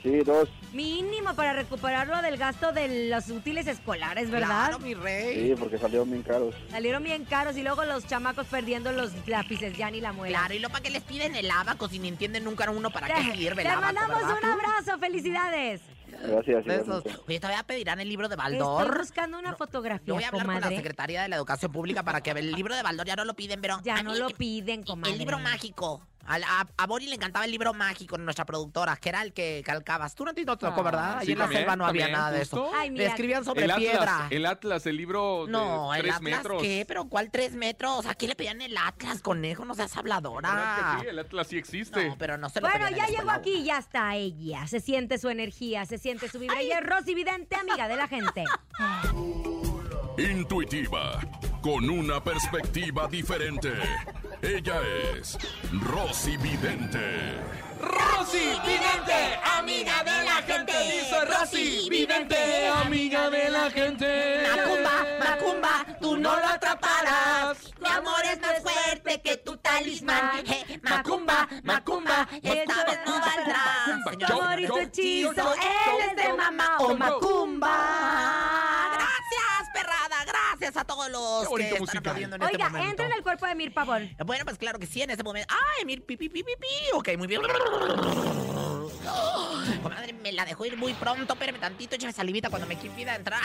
Speaker 8: Sí, dos.
Speaker 2: Mínimo para recuperarlo del gasto de los útiles escolares, ¿verdad?
Speaker 4: Claro, mi rey.
Speaker 8: Sí, porque salieron bien caros.
Speaker 2: Salieron bien caros y luego los chamacos perdiendo los lápices, ya ni la muela.
Speaker 4: Claro, y lo para que les piden el abaco si ni entienden nunca uno para qué
Speaker 2: Te-
Speaker 4: sirve
Speaker 2: Te
Speaker 4: el abaco,
Speaker 2: mandamos
Speaker 4: ¿verdad?
Speaker 2: un abrazo, felicidades.
Speaker 8: Gracias.
Speaker 4: Besos.
Speaker 8: igualmente.
Speaker 4: Oye, todavía pedirán el libro de
Speaker 2: Estoy
Speaker 4: Baldor.
Speaker 2: buscando una fotografía,
Speaker 4: Yo voy a hablar con la
Speaker 2: comadre.
Speaker 4: secretaria de la Educación Pública para que el libro de Baldor ya no lo piden, pero.
Speaker 2: Ya
Speaker 4: a
Speaker 2: no
Speaker 4: mí-
Speaker 2: lo piden, comadre.
Speaker 4: El libro mágico. A, la- a, a Bori le encantaba el libro mágico en nuestra productora, que era el que calcabas. Tú no te no te tocó, ¿verdad?
Speaker 5: Ah,
Speaker 4: Allí
Speaker 5: sí,
Speaker 4: en la
Speaker 5: también,
Speaker 4: selva no había
Speaker 5: también,
Speaker 4: nada de eso.
Speaker 5: justo.
Speaker 2: Ay,
Speaker 4: Le
Speaker 2: mira.
Speaker 4: escribían sobre
Speaker 5: El
Speaker 4: piedra.
Speaker 5: Atlas, el Atlas, el libro de
Speaker 4: No, el
Speaker 5: tres
Speaker 4: Atlas,
Speaker 5: metros.
Speaker 4: ¿qué? ¿Pero cuál tres metros? ¿A quién le pedían el Atlas, conejo? No seas
Speaker 5: ¿Verdad
Speaker 4: habladora.
Speaker 5: que sí? El este. Atlas sí existe.
Speaker 4: No, pero no se lo
Speaker 2: Bueno,
Speaker 4: pedían en
Speaker 2: ya
Speaker 4: la
Speaker 2: llegó
Speaker 4: escuela,
Speaker 2: aquí, ya está ella. Se siente su energía, se siente su vibra. Ella es Rosy Vidente, amiga de la gente.
Speaker 6: Intuitiva, con una perspectiva diferente. Ella es Rosy Vidente.
Speaker 5: Rosy Vidente,
Speaker 4: amiga de la gente.
Speaker 5: Dice
Speaker 4: Rosy Vidente,
Speaker 5: amiga de la gente.
Speaker 4: Macumba, Macumba, tú no la atraparás. Mi amor es más fuerte que tu talismán. Eh, Macumba, Macumba, esta vez no valdrá.
Speaker 5: Macumba,
Speaker 2: Tu amor y tu hechizo, él es de mamá o macumba.
Speaker 4: Gracias, perrada. Gracias a todos
Speaker 5: Qué
Speaker 4: los que
Speaker 5: bonito
Speaker 4: están
Speaker 5: musical.
Speaker 4: aplaudiendo en este
Speaker 2: Oiga,
Speaker 4: momento.
Speaker 2: entra en el cuerpo de Mir Pavón.
Speaker 4: Bueno, pues claro que sí, en ese momento. ¡Ay, mi pi, pi, pi, pi, pi! Ok, muy bien.
Speaker 2: ¡Ah!
Speaker 4: Comadre, me la dejó ir muy pronto, espérame tantito, échame salivita cuando me pida entrar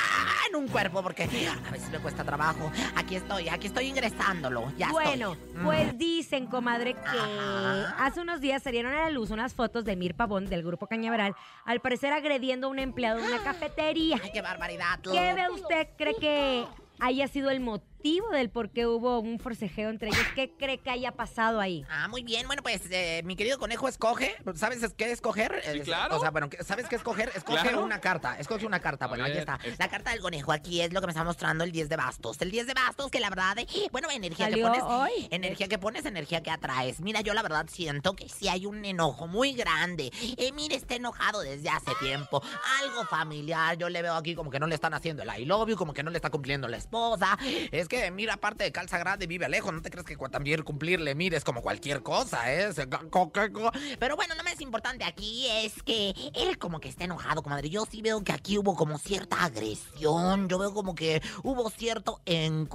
Speaker 4: en un cuerpo, porque a veces me cuesta trabajo. Aquí estoy, aquí estoy ingresándolo. Ya estoy. Mm.
Speaker 2: Bueno, pues dicen, comadre, que
Speaker 4: Ajá.
Speaker 2: hace unos días salieron a la luz unas fotos de Mir Pavón del grupo Cañaveral, al parecer agrediendo a un empleado de una cafetería.
Speaker 4: Mm. ¡Ay, qué barbaridad! lo-
Speaker 2: ¿Qué ve usted? ¿Cree que haya sido el motivo del por qué hubo un forcejeo entre ellos? ¿Qué cree que haya pasado ahí?
Speaker 4: Ah, muy bien. Bueno, pues, eh, mi querido conejo, escoge. ¿Sabes es- qué escoger?
Speaker 5: Sí,
Speaker 4: Eh,
Speaker 5: claro.
Speaker 4: O sea, bueno, ¿qué- ¿sabes qué escoger? Escoge
Speaker 5: Claro.
Speaker 4: una carta. Escoge una carta.
Speaker 5: A
Speaker 4: Bueno, aquí
Speaker 5: ver,
Speaker 4: está.
Speaker 5: esta.
Speaker 4: La carta del conejo. Aquí es lo que me está mostrando el 10 de bastos. El 10 de bastos, que la verdad, eh, bueno, energía que
Speaker 2: ¿Salió
Speaker 4: pones.
Speaker 2: hoy?
Speaker 4: Energía que pones, energía que atraes. Mira, yo la verdad siento que sí hay un enojo muy grande. Eh, mire, está enojado desde hace tiempo. Algo familiar. Yo le veo aquí como que no le están haciendo el I love you, como que no le está cumpliendo la esposa. Es que, mira, aparte de calza grande, vive lejos. No te crees que cua- también cumplirle, mire, es como cualquier cosa, ¿eh? Se- co- co- co- Pero bueno, lo más importante aquí es que él como que está enojado, comadre. Yo sí veo que aquí hubo como cierta agresión. Yo veo como que hubo cierto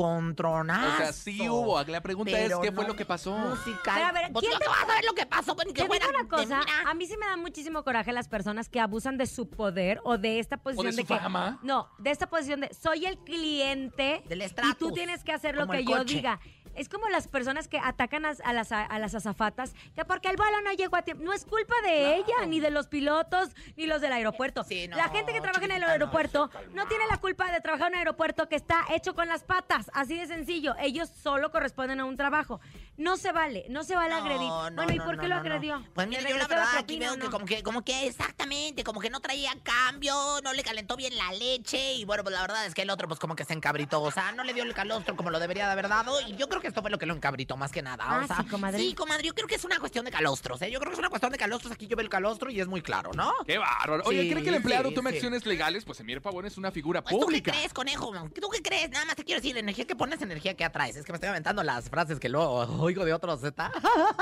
Speaker 4: encontronazo.
Speaker 5: O sea, sí hubo. La pregunta
Speaker 4: Pero
Speaker 5: es, ¿qué fue
Speaker 4: no
Speaker 5: lo que pasó?
Speaker 4: musical.
Speaker 2: Pero a ver,
Speaker 4: Pues
Speaker 2: ¿quién
Speaker 4: no
Speaker 2: te-
Speaker 4: vas a ver lo que pasó con que
Speaker 2: Te
Speaker 4: fuera
Speaker 2: digo una
Speaker 4: de
Speaker 2: cosa,
Speaker 4: mira.
Speaker 2: a mí sí me da muchísimo coraje las personas que abusan de su poder o de esta
Speaker 5: ¿O
Speaker 2: posición
Speaker 5: de su
Speaker 2: que
Speaker 5: fama?
Speaker 2: no, de esta posición de soy el cliente
Speaker 4: Del
Speaker 2: y tú
Speaker 4: estratus,
Speaker 2: tienes que hacer lo
Speaker 4: como el
Speaker 2: que yo
Speaker 4: coche.
Speaker 2: diga. Es como las personas que atacan a, a las, a las azafatas, que porque el vuelo no llegó a tiempo. No es culpa de ella, ni de los pilotos, ni los del aeropuerto.
Speaker 4: Sí, no,
Speaker 2: la gente que trabaja en el
Speaker 4: chiquitita, no,
Speaker 2: aeropuerto no, tiene la culpa de trabajar en un aeropuerto que está hecho con las patas. Así de sencillo. Ellos solo corresponden a un trabajo. No se vale, no se vale
Speaker 4: No,
Speaker 2: agredir.
Speaker 4: no,
Speaker 2: bueno, ¿y
Speaker 4: no,
Speaker 2: por qué lo
Speaker 4: no, no, no.
Speaker 2: agredió?
Speaker 4: Pues
Speaker 2: ¿Le
Speaker 4: mira, yo la
Speaker 2: regresó la
Speaker 4: verdad aquí
Speaker 2: propina
Speaker 4: veo
Speaker 2: o
Speaker 4: que
Speaker 2: no?
Speaker 4: como que, como que exactamente, como que no traía cambio, no le calentó bien la leche y bueno, pues la verdad es que el otro pues como que se encabritó, o sea, no le dio el calostro como lo debería de haber dado y yo creo que esto fue lo que lo encabritó más que nada, o
Speaker 2: Ah,
Speaker 4: sea,
Speaker 2: sí, comadre.
Speaker 4: sí, comadre, yo creo que es una cuestión de calostros, ¿eh? yo creo que es una cuestión de calostros, aquí yo veo el calostro y es muy claro, ¿no?
Speaker 5: ¡Qué bárbaro! Oye,
Speaker 4: Sí,
Speaker 5: ¿cree que el empleado
Speaker 4: sí,
Speaker 5: toma
Speaker 4: sí.
Speaker 5: acciones legales? Pues Emir Pavón es una figura
Speaker 4: Pues, ¿Tú qué
Speaker 5: pública.
Speaker 4: crees, conejo? ¿Tú qué crees? Nada más te quiero decir, energía que pones, energía que atraes. Es que me estoy aventando las frases que luego oigo de otros, ¿está?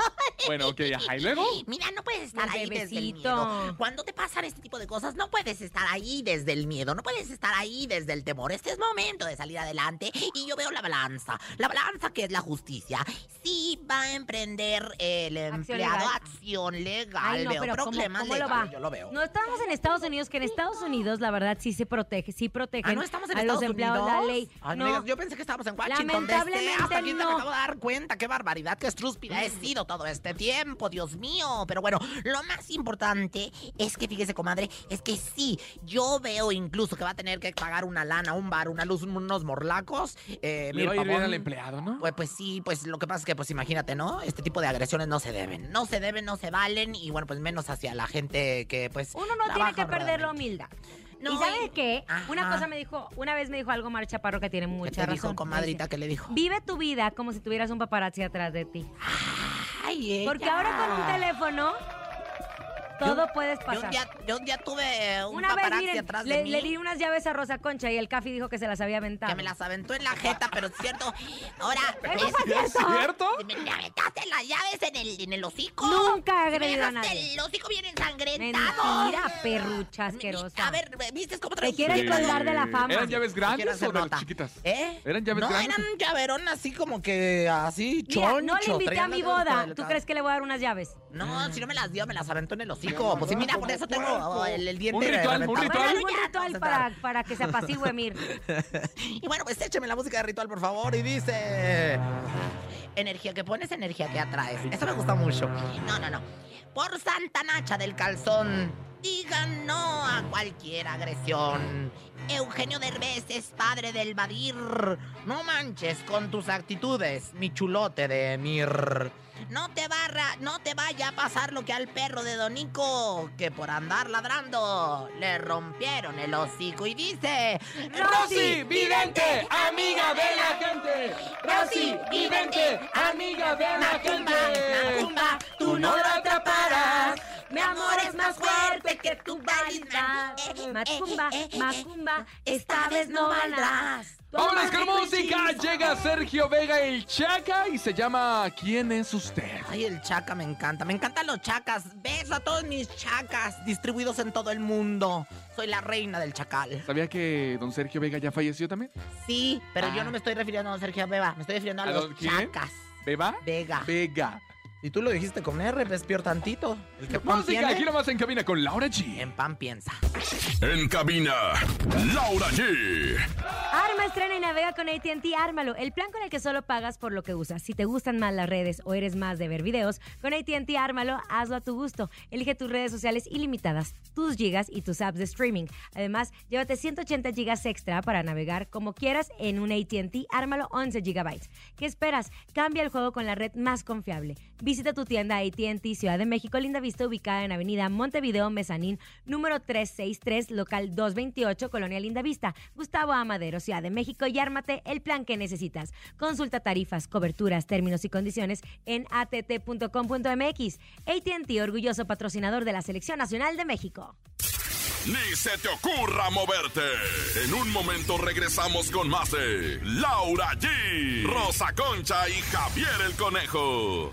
Speaker 5: Bueno, ok, ajá. ¿Y luego?
Speaker 4: Mira, no puedes estar
Speaker 2: Del
Speaker 4: ahí desde el
Speaker 2: bebecito.
Speaker 4: miedo. Cuando te pasan este tipo de cosas, no puedes estar ahí desde el miedo, no puedes estar ahí desde el temor. Este es momento de salir adelante y yo veo la balanza, la balanza que es la justicia. Sí va a emprender el empleado
Speaker 2: legal.
Speaker 4: acción legal,
Speaker 2: Ay, no,
Speaker 4: veo
Speaker 2: pero ¿cómo-
Speaker 4: problemas
Speaker 2: cómo lo
Speaker 4: legales,
Speaker 2: va?
Speaker 4: yo lo veo.
Speaker 2: No estamos en Estados Unidos, que en Estados Unidos la verdad sí se protege, sí protegen
Speaker 4: Ah, no estamos en
Speaker 2: a
Speaker 4: Estados
Speaker 2: los empleados
Speaker 4: Unidos.
Speaker 2: la ley.
Speaker 4: Ay, no
Speaker 2: no,
Speaker 4: digas, yo pensé que estábamos en Washington.
Speaker 2: Lamentablemente
Speaker 4: DC. Hasta aquí
Speaker 2: no.
Speaker 4: me
Speaker 2: Mm.
Speaker 4: acabo de dar cuenta. Qué barbaridad, qué estrúspida he sido todo este tiempo, Dios mío. Pero bueno, lo más importante es que, fíjese, comadre, es que sí, yo veo incluso que va a tener que pagar una lana, un bar, una luz, unos morlacos. Eh,
Speaker 5: Le
Speaker 4: mira,
Speaker 5: va a ir bien
Speaker 4: pavón.
Speaker 5: al empleado, ¿no?
Speaker 4: Pues, pues sí, pues lo que pasa es que, pues imagínate, ¿no? Este tipo de agresiones no se deben. No se deben, no se valen. Y bueno, pues menos hacia la gente que, pues.
Speaker 2: uno no tiene
Speaker 4: trabaja
Speaker 2: que perder la
Speaker 4: honradamente.
Speaker 2: humildad.
Speaker 4: No,
Speaker 2: ¿Y sabes
Speaker 4: y-
Speaker 2: qué? Una
Speaker 4: Ajá.
Speaker 2: cosa me dijo, una vez me dijo algo Mar Chaparro que tiene
Speaker 4: ¿Qué
Speaker 2: mucha
Speaker 4: te
Speaker 2: razón.
Speaker 4: dijo, comadrita?
Speaker 2: Dice,
Speaker 4: ¿Qué le dijo?
Speaker 2: Vive tu vida como si tuvieras un paparazzi atrás de ti.
Speaker 4: Ay,
Speaker 2: Porque
Speaker 4: ella.
Speaker 2: ahora con un teléfono Todo puedes
Speaker 4: Yo un,
Speaker 2: pasar.
Speaker 4: día, yo un día tuve eh, un
Speaker 2: Una vez,
Speaker 4: paparazzi
Speaker 2: miren,
Speaker 4: atrás de
Speaker 2: le,
Speaker 4: mí
Speaker 2: le di unas llaves a Rosa Concha y el Cafi dijo que se las había aventado.
Speaker 4: que me las aventó en la jeta, pero es cierto. Ahora,
Speaker 2: Eso
Speaker 4: es-
Speaker 2: fue
Speaker 5: ¿Es
Speaker 2: cierto.
Speaker 5: cierto?
Speaker 4: me le aventaste las llaves en el, en el hocico.
Speaker 2: Nunca he
Speaker 4: Me
Speaker 2: agredido a
Speaker 4: dejaste
Speaker 2: nadie.
Speaker 4: El hocico bien ensangrentado.
Speaker 2: Mentira, perrucha asquerosa.
Speaker 4: A ver, ¿viste cómo
Speaker 2: Te quiere
Speaker 5: Sí.
Speaker 2: colgar de la fama.
Speaker 5: ¿Eran llaves
Speaker 4: Quiero
Speaker 5: grandes
Speaker 4: hacer
Speaker 5: o de las
Speaker 4: nota.
Speaker 5: chiquitas?
Speaker 4: ¿Eh?
Speaker 5: ¿Eran llaves
Speaker 4: no,
Speaker 5: grandes?
Speaker 4: eran llaverón así como que así
Speaker 2: Mira,
Speaker 4: choncho.
Speaker 2: no le invité a
Speaker 4: traían
Speaker 2: mi
Speaker 4: algo
Speaker 2: boda.
Speaker 4: del
Speaker 2: ¿Tú
Speaker 4: ca-
Speaker 2: crees que le voy a dar unas llaves?
Speaker 4: No, si no me las dio, me las aventó en el hocico. Pues sí, mira, por eso tengo oh, el, el diente.
Speaker 5: Un ritual, un
Speaker 4: reventado.
Speaker 5: ritual.
Speaker 2: Hagan
Speaker 4: Bueno,
Speaker 2: un
Speaker 4: ya,
Speaker 2: ritual
Speaker 4: vamos a
Speaker 2: para,
Speaker 4: entrar.
Speaker 2: para que se apacigüe, Mir.
Speaker 4: Y bueno, pues écheme la música de ritual, por favor. Y dice... Energía que pones, energía que atraes. Eso me gusta mucho. No, no, no. Por Santa Nacha del Calzón, digan no a cualquier agresión. Eugenio Derbez es padre del Badir. No manches con tus actitudes, mi chulote de Mir. No te, barra, no te vaya a pasar lo que al perro de Donico, que por andar ladrando le rompieron el hocico y dice...
Speaker 5: Rosy, vidente, amiga de la gente. Rosy, vidente, amiga de la gente.
Speaker 4: Macumba,
Speaker 5: tú no lo atraparás.
Speaker 2: Mi amor es más fuerte que tu Eh, vanidad.
Speaker 4: Eh,
Speaker 2: Macumba, macumba, esta vez no valdrás.
Speaker 5: Vámonos con
Speaker 2: Rico y
Speaker 5: música.
Speaker 2: chido.
Speaker 5: Llega Sergio Vega el Chaca y se llama ¿Quién es usted?
Speaker 4: Ay, el chaca me encanta. Me encantan los chacas. Beso a todos mis chacas distribuidos en todo el mundo. Soy la reina del chacal.
Speaker 5: ¿Sabía que don Sergio Vega ya falleció también?
Speaker 4: Sí, pero yo no me estoy refiriendo a Sergio Beba. Me estoy refiriendo a,
Speaker 5: Ah. ¿A
Speaker 4: los
Speaker 5: don quién?
Speaker 4: chacas.
Speaker 5: ¿Beba?
Speaker 4: Vega.
Speaker 5: Vega.
Speaker 4: Y tú lo dijiste con R, pues peor tantito. El que pan
Speaker 5: Música,
Speaker 4: tiene,
Speaker 5: aquí nomás en cabina con Laura G.
Speaker 4: en pan piensa.
Speaker 6: En cabina, Laura G.
Speaker 2: Arma, estrena y navega con ATT. Ármalo, el plan con el que solo pagas por lo que usas. Si te gustan más las redes o eres más de ver videos, con ATT Ármalo, hazlo a tu gusto. Elige tus redes sociales ilimitadas, tus gigas y tus apps de streaming. Además, llévate 180 gigas extra para navegar como quieras en un ATT Ármalo 11 gigabytes. ¿Qué esperas? Cambia el juego con la red más confiable. Visita tu tienda ATT Ciudad de México, Linda Vista, ubicada en Avenida Montevideo, Mezanín, número 363, local 228, Colonia Linda Vista, Gustavo Amadero, Ciudad de México, y ármate el plan que necesitas. Consulta tarifas, coberturas, términos y condiciones en att.com.mx. ATT, orgulloso patrocinador de la Selección Nacional de México.
Speaker 6: Ni se te ocurra moverte. En un momento regresamos con más de Laura G, Rosa Concha y Javier el Conejo.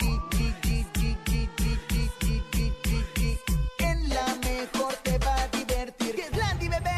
Speaker 1: G, G, G, G, G, G, G, G, G, G, G. En la mejor te va a divertir. ¡Que es Landy, bebé!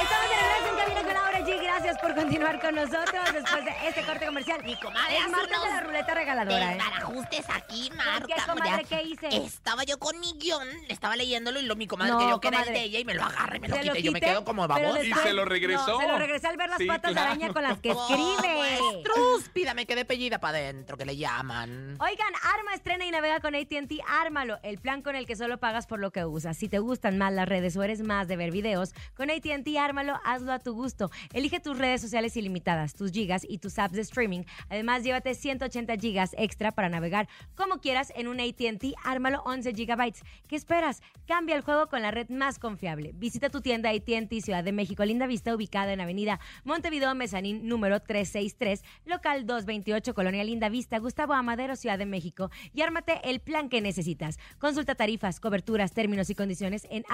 Speaker 2: Estamos de regreso en Cabina con Laura G. Gracias por continuar con nosotros después de este corte comercial.
Speaker 4: Mi comadre,
Speaker 2: es
Speaker 4: haz
Speaker 2: martes de
Speaker 4: unos
Speaker 2: la ruleta regaladora, ¿eh?
Speaker 4: ajustes aquí,
Speaker 2: ¿Por qué,
Speaker 4: marca.
Speaker 2: comadre?
Speaker 4: ya.
Speaker 2: ¿Qué hice?
Speaker 4: Estaba yo con mi guión, estaba leyéndolo y lo mi comadre
Speaker 2: No,
Speaker 4: que yo que era el
Speaker 2: comadre.
Speaker 4: de ella y me lo agarra y me lo
Speaker 2: Se
Speaker 4: quita y yo me
Speaker 2: quité,
Speaker 4: quedo como
Speaker 2: pero
Speaker 4: babosa.
Speaker 5: des-
Speaker 2: después-
Speaker 5: Y se lo regresó.
Speaker 2: No, se lo regresó al ver las
Speaker 5: Sí,
Speaker 2: patas de
Speaker 5: claro.
Speaker 2: araña con las que
Speaker 4: Como Oh,
Speaker 2: escribe.
Speaker 4: estrúspida, me quedé pellida para adentro, que le llaman.
Speaker 2: Oigan, arma, estrena y navega con ATT. Ármalo, el plan con el que solo pagas por lo que usas. Si te gustan más las redes o eres más de ver videos, con ATT Ármalo, hazlo a tu gusto. Elige tus redes sociales ilimitadas, tus gigas y tus apps de streaming. Además, llévate 180 gigas extra para navegar como quieras en un ATT Ármalo 11 gigabytes. ¿Qué esperas? Cambia el juego con la red más confiable. Visita tu tienda ATT Ciudad de México, Linda Vista, ubicada en Avenida Montevideo Mezanín, número 363, local 228, Colonia Linda Vista, Gustavo Amadero, Ciudad de México. Y ármate el plan que necesitas. Consulta tarifas, coberturas, términos y condiciones en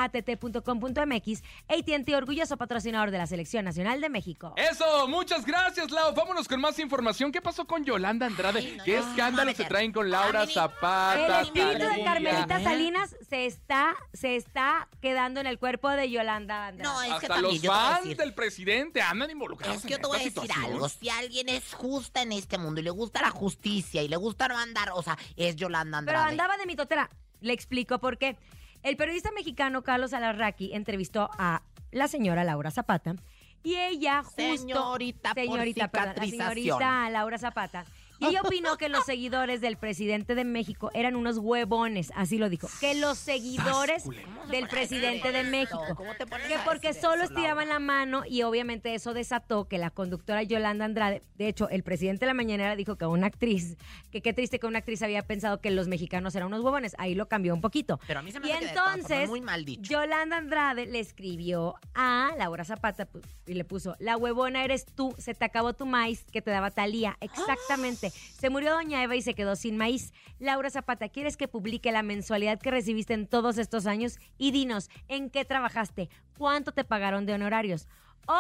Speaker 2: att.com.mx. ATT, orgulloso patrocinador de la Selección Nacional de México.
Speaker 5: Eso, muchas gracias, Lau. Vámonos con más información. ¿Qué pasó con Yolanda Andrade?
Speaker 4: Ay, no,
Speaker 5: ¿Qué
Speaker 4: no, Ah,
Speaker 5: escándalo
Speaker 4: no,
Speaker 5: se
Speaker 4: no,
Speaker 5: traen con
Speaker 4: no,
Speaker 5: Laura
Speaker 4: no, no,
Speaker 5: Zapata?
Speaker 2: El espíritu de
Speaker 5: Talía?
Speaker 2: Carmelita Salinas se está, se está quedando en el cuerpo de Yolanda Andrade.
Speaker 4: No, es que
Speaker 5: Hasta
Speaker 4: también yo
Speaker 5: los
Speaker 4: te voy a decir-
Speaker 5: fans del presidente andan involucrados.
Speaker 4: Es que yo
Speaker 5: en
Speaker 4: te voy a
Speaker 5: esta
Speaker 4: decir
Speaker 5: situación.
Speaker 4: algo. Si alguien es justa en este mundo y le gusta la justicia y le gusta no andar, o sea, es Yolanda Andrade.
Speaker 2: Pero andaba de mitotera. Le explico por qué. El periodista mexicano Carlos Alarraqui entrevistó a la señora Laura Zapata y ella justo...
Speaker 4: Señorita, por
Speaker 2: señorita, perdón, la
Speaker 4: cicatrización.
Speaker 2: señorita Laura Zapata. Y ella opinó que los seguidores del presidente de México eran unos huevones, así lo dijo. Que los seguidores del presidente de México.
Speaker 4: ¿Cómo te pones
Speaker 2: Que
Speaker 4: a
Speaker 2: porque
Speaker 4: decir
Speaker 2: solo
Speaker 4: eso, Este, Laura?
Speaker 2: estiraban la mano y obviamente eso desató que la conductora Yolanda Andrade, de hecho, el presidente de la mañanera dijo que una actriz, que qué triste que una actriz había pensado que los mexicanos eran unos huevones, ahí lo cambió un poquito.
Speaker 4: Pero a mí se me
Speaker 2: Y
Speaker 4: hace que de todas formas,
Speaker 2: entonces,
Speaker 4: muy mal dicho.
Speaker 2: Yolanda Andrade le escribió a Laura Zapata pu- y le puso, la huevona eres tú, se te acabó tu maíz que te daba
Speaker 4: ¡Ah!
Speaker 2: Talía. Exactamente. Se murió Doña Eva y se quedó sin maíz. Laura Zapata, ¿quieres que publique la mensualidad que recibiste en todos estos años? Y dinos, ¿en qué trabajaste? ¿Cuánto te pagaron de honorarios?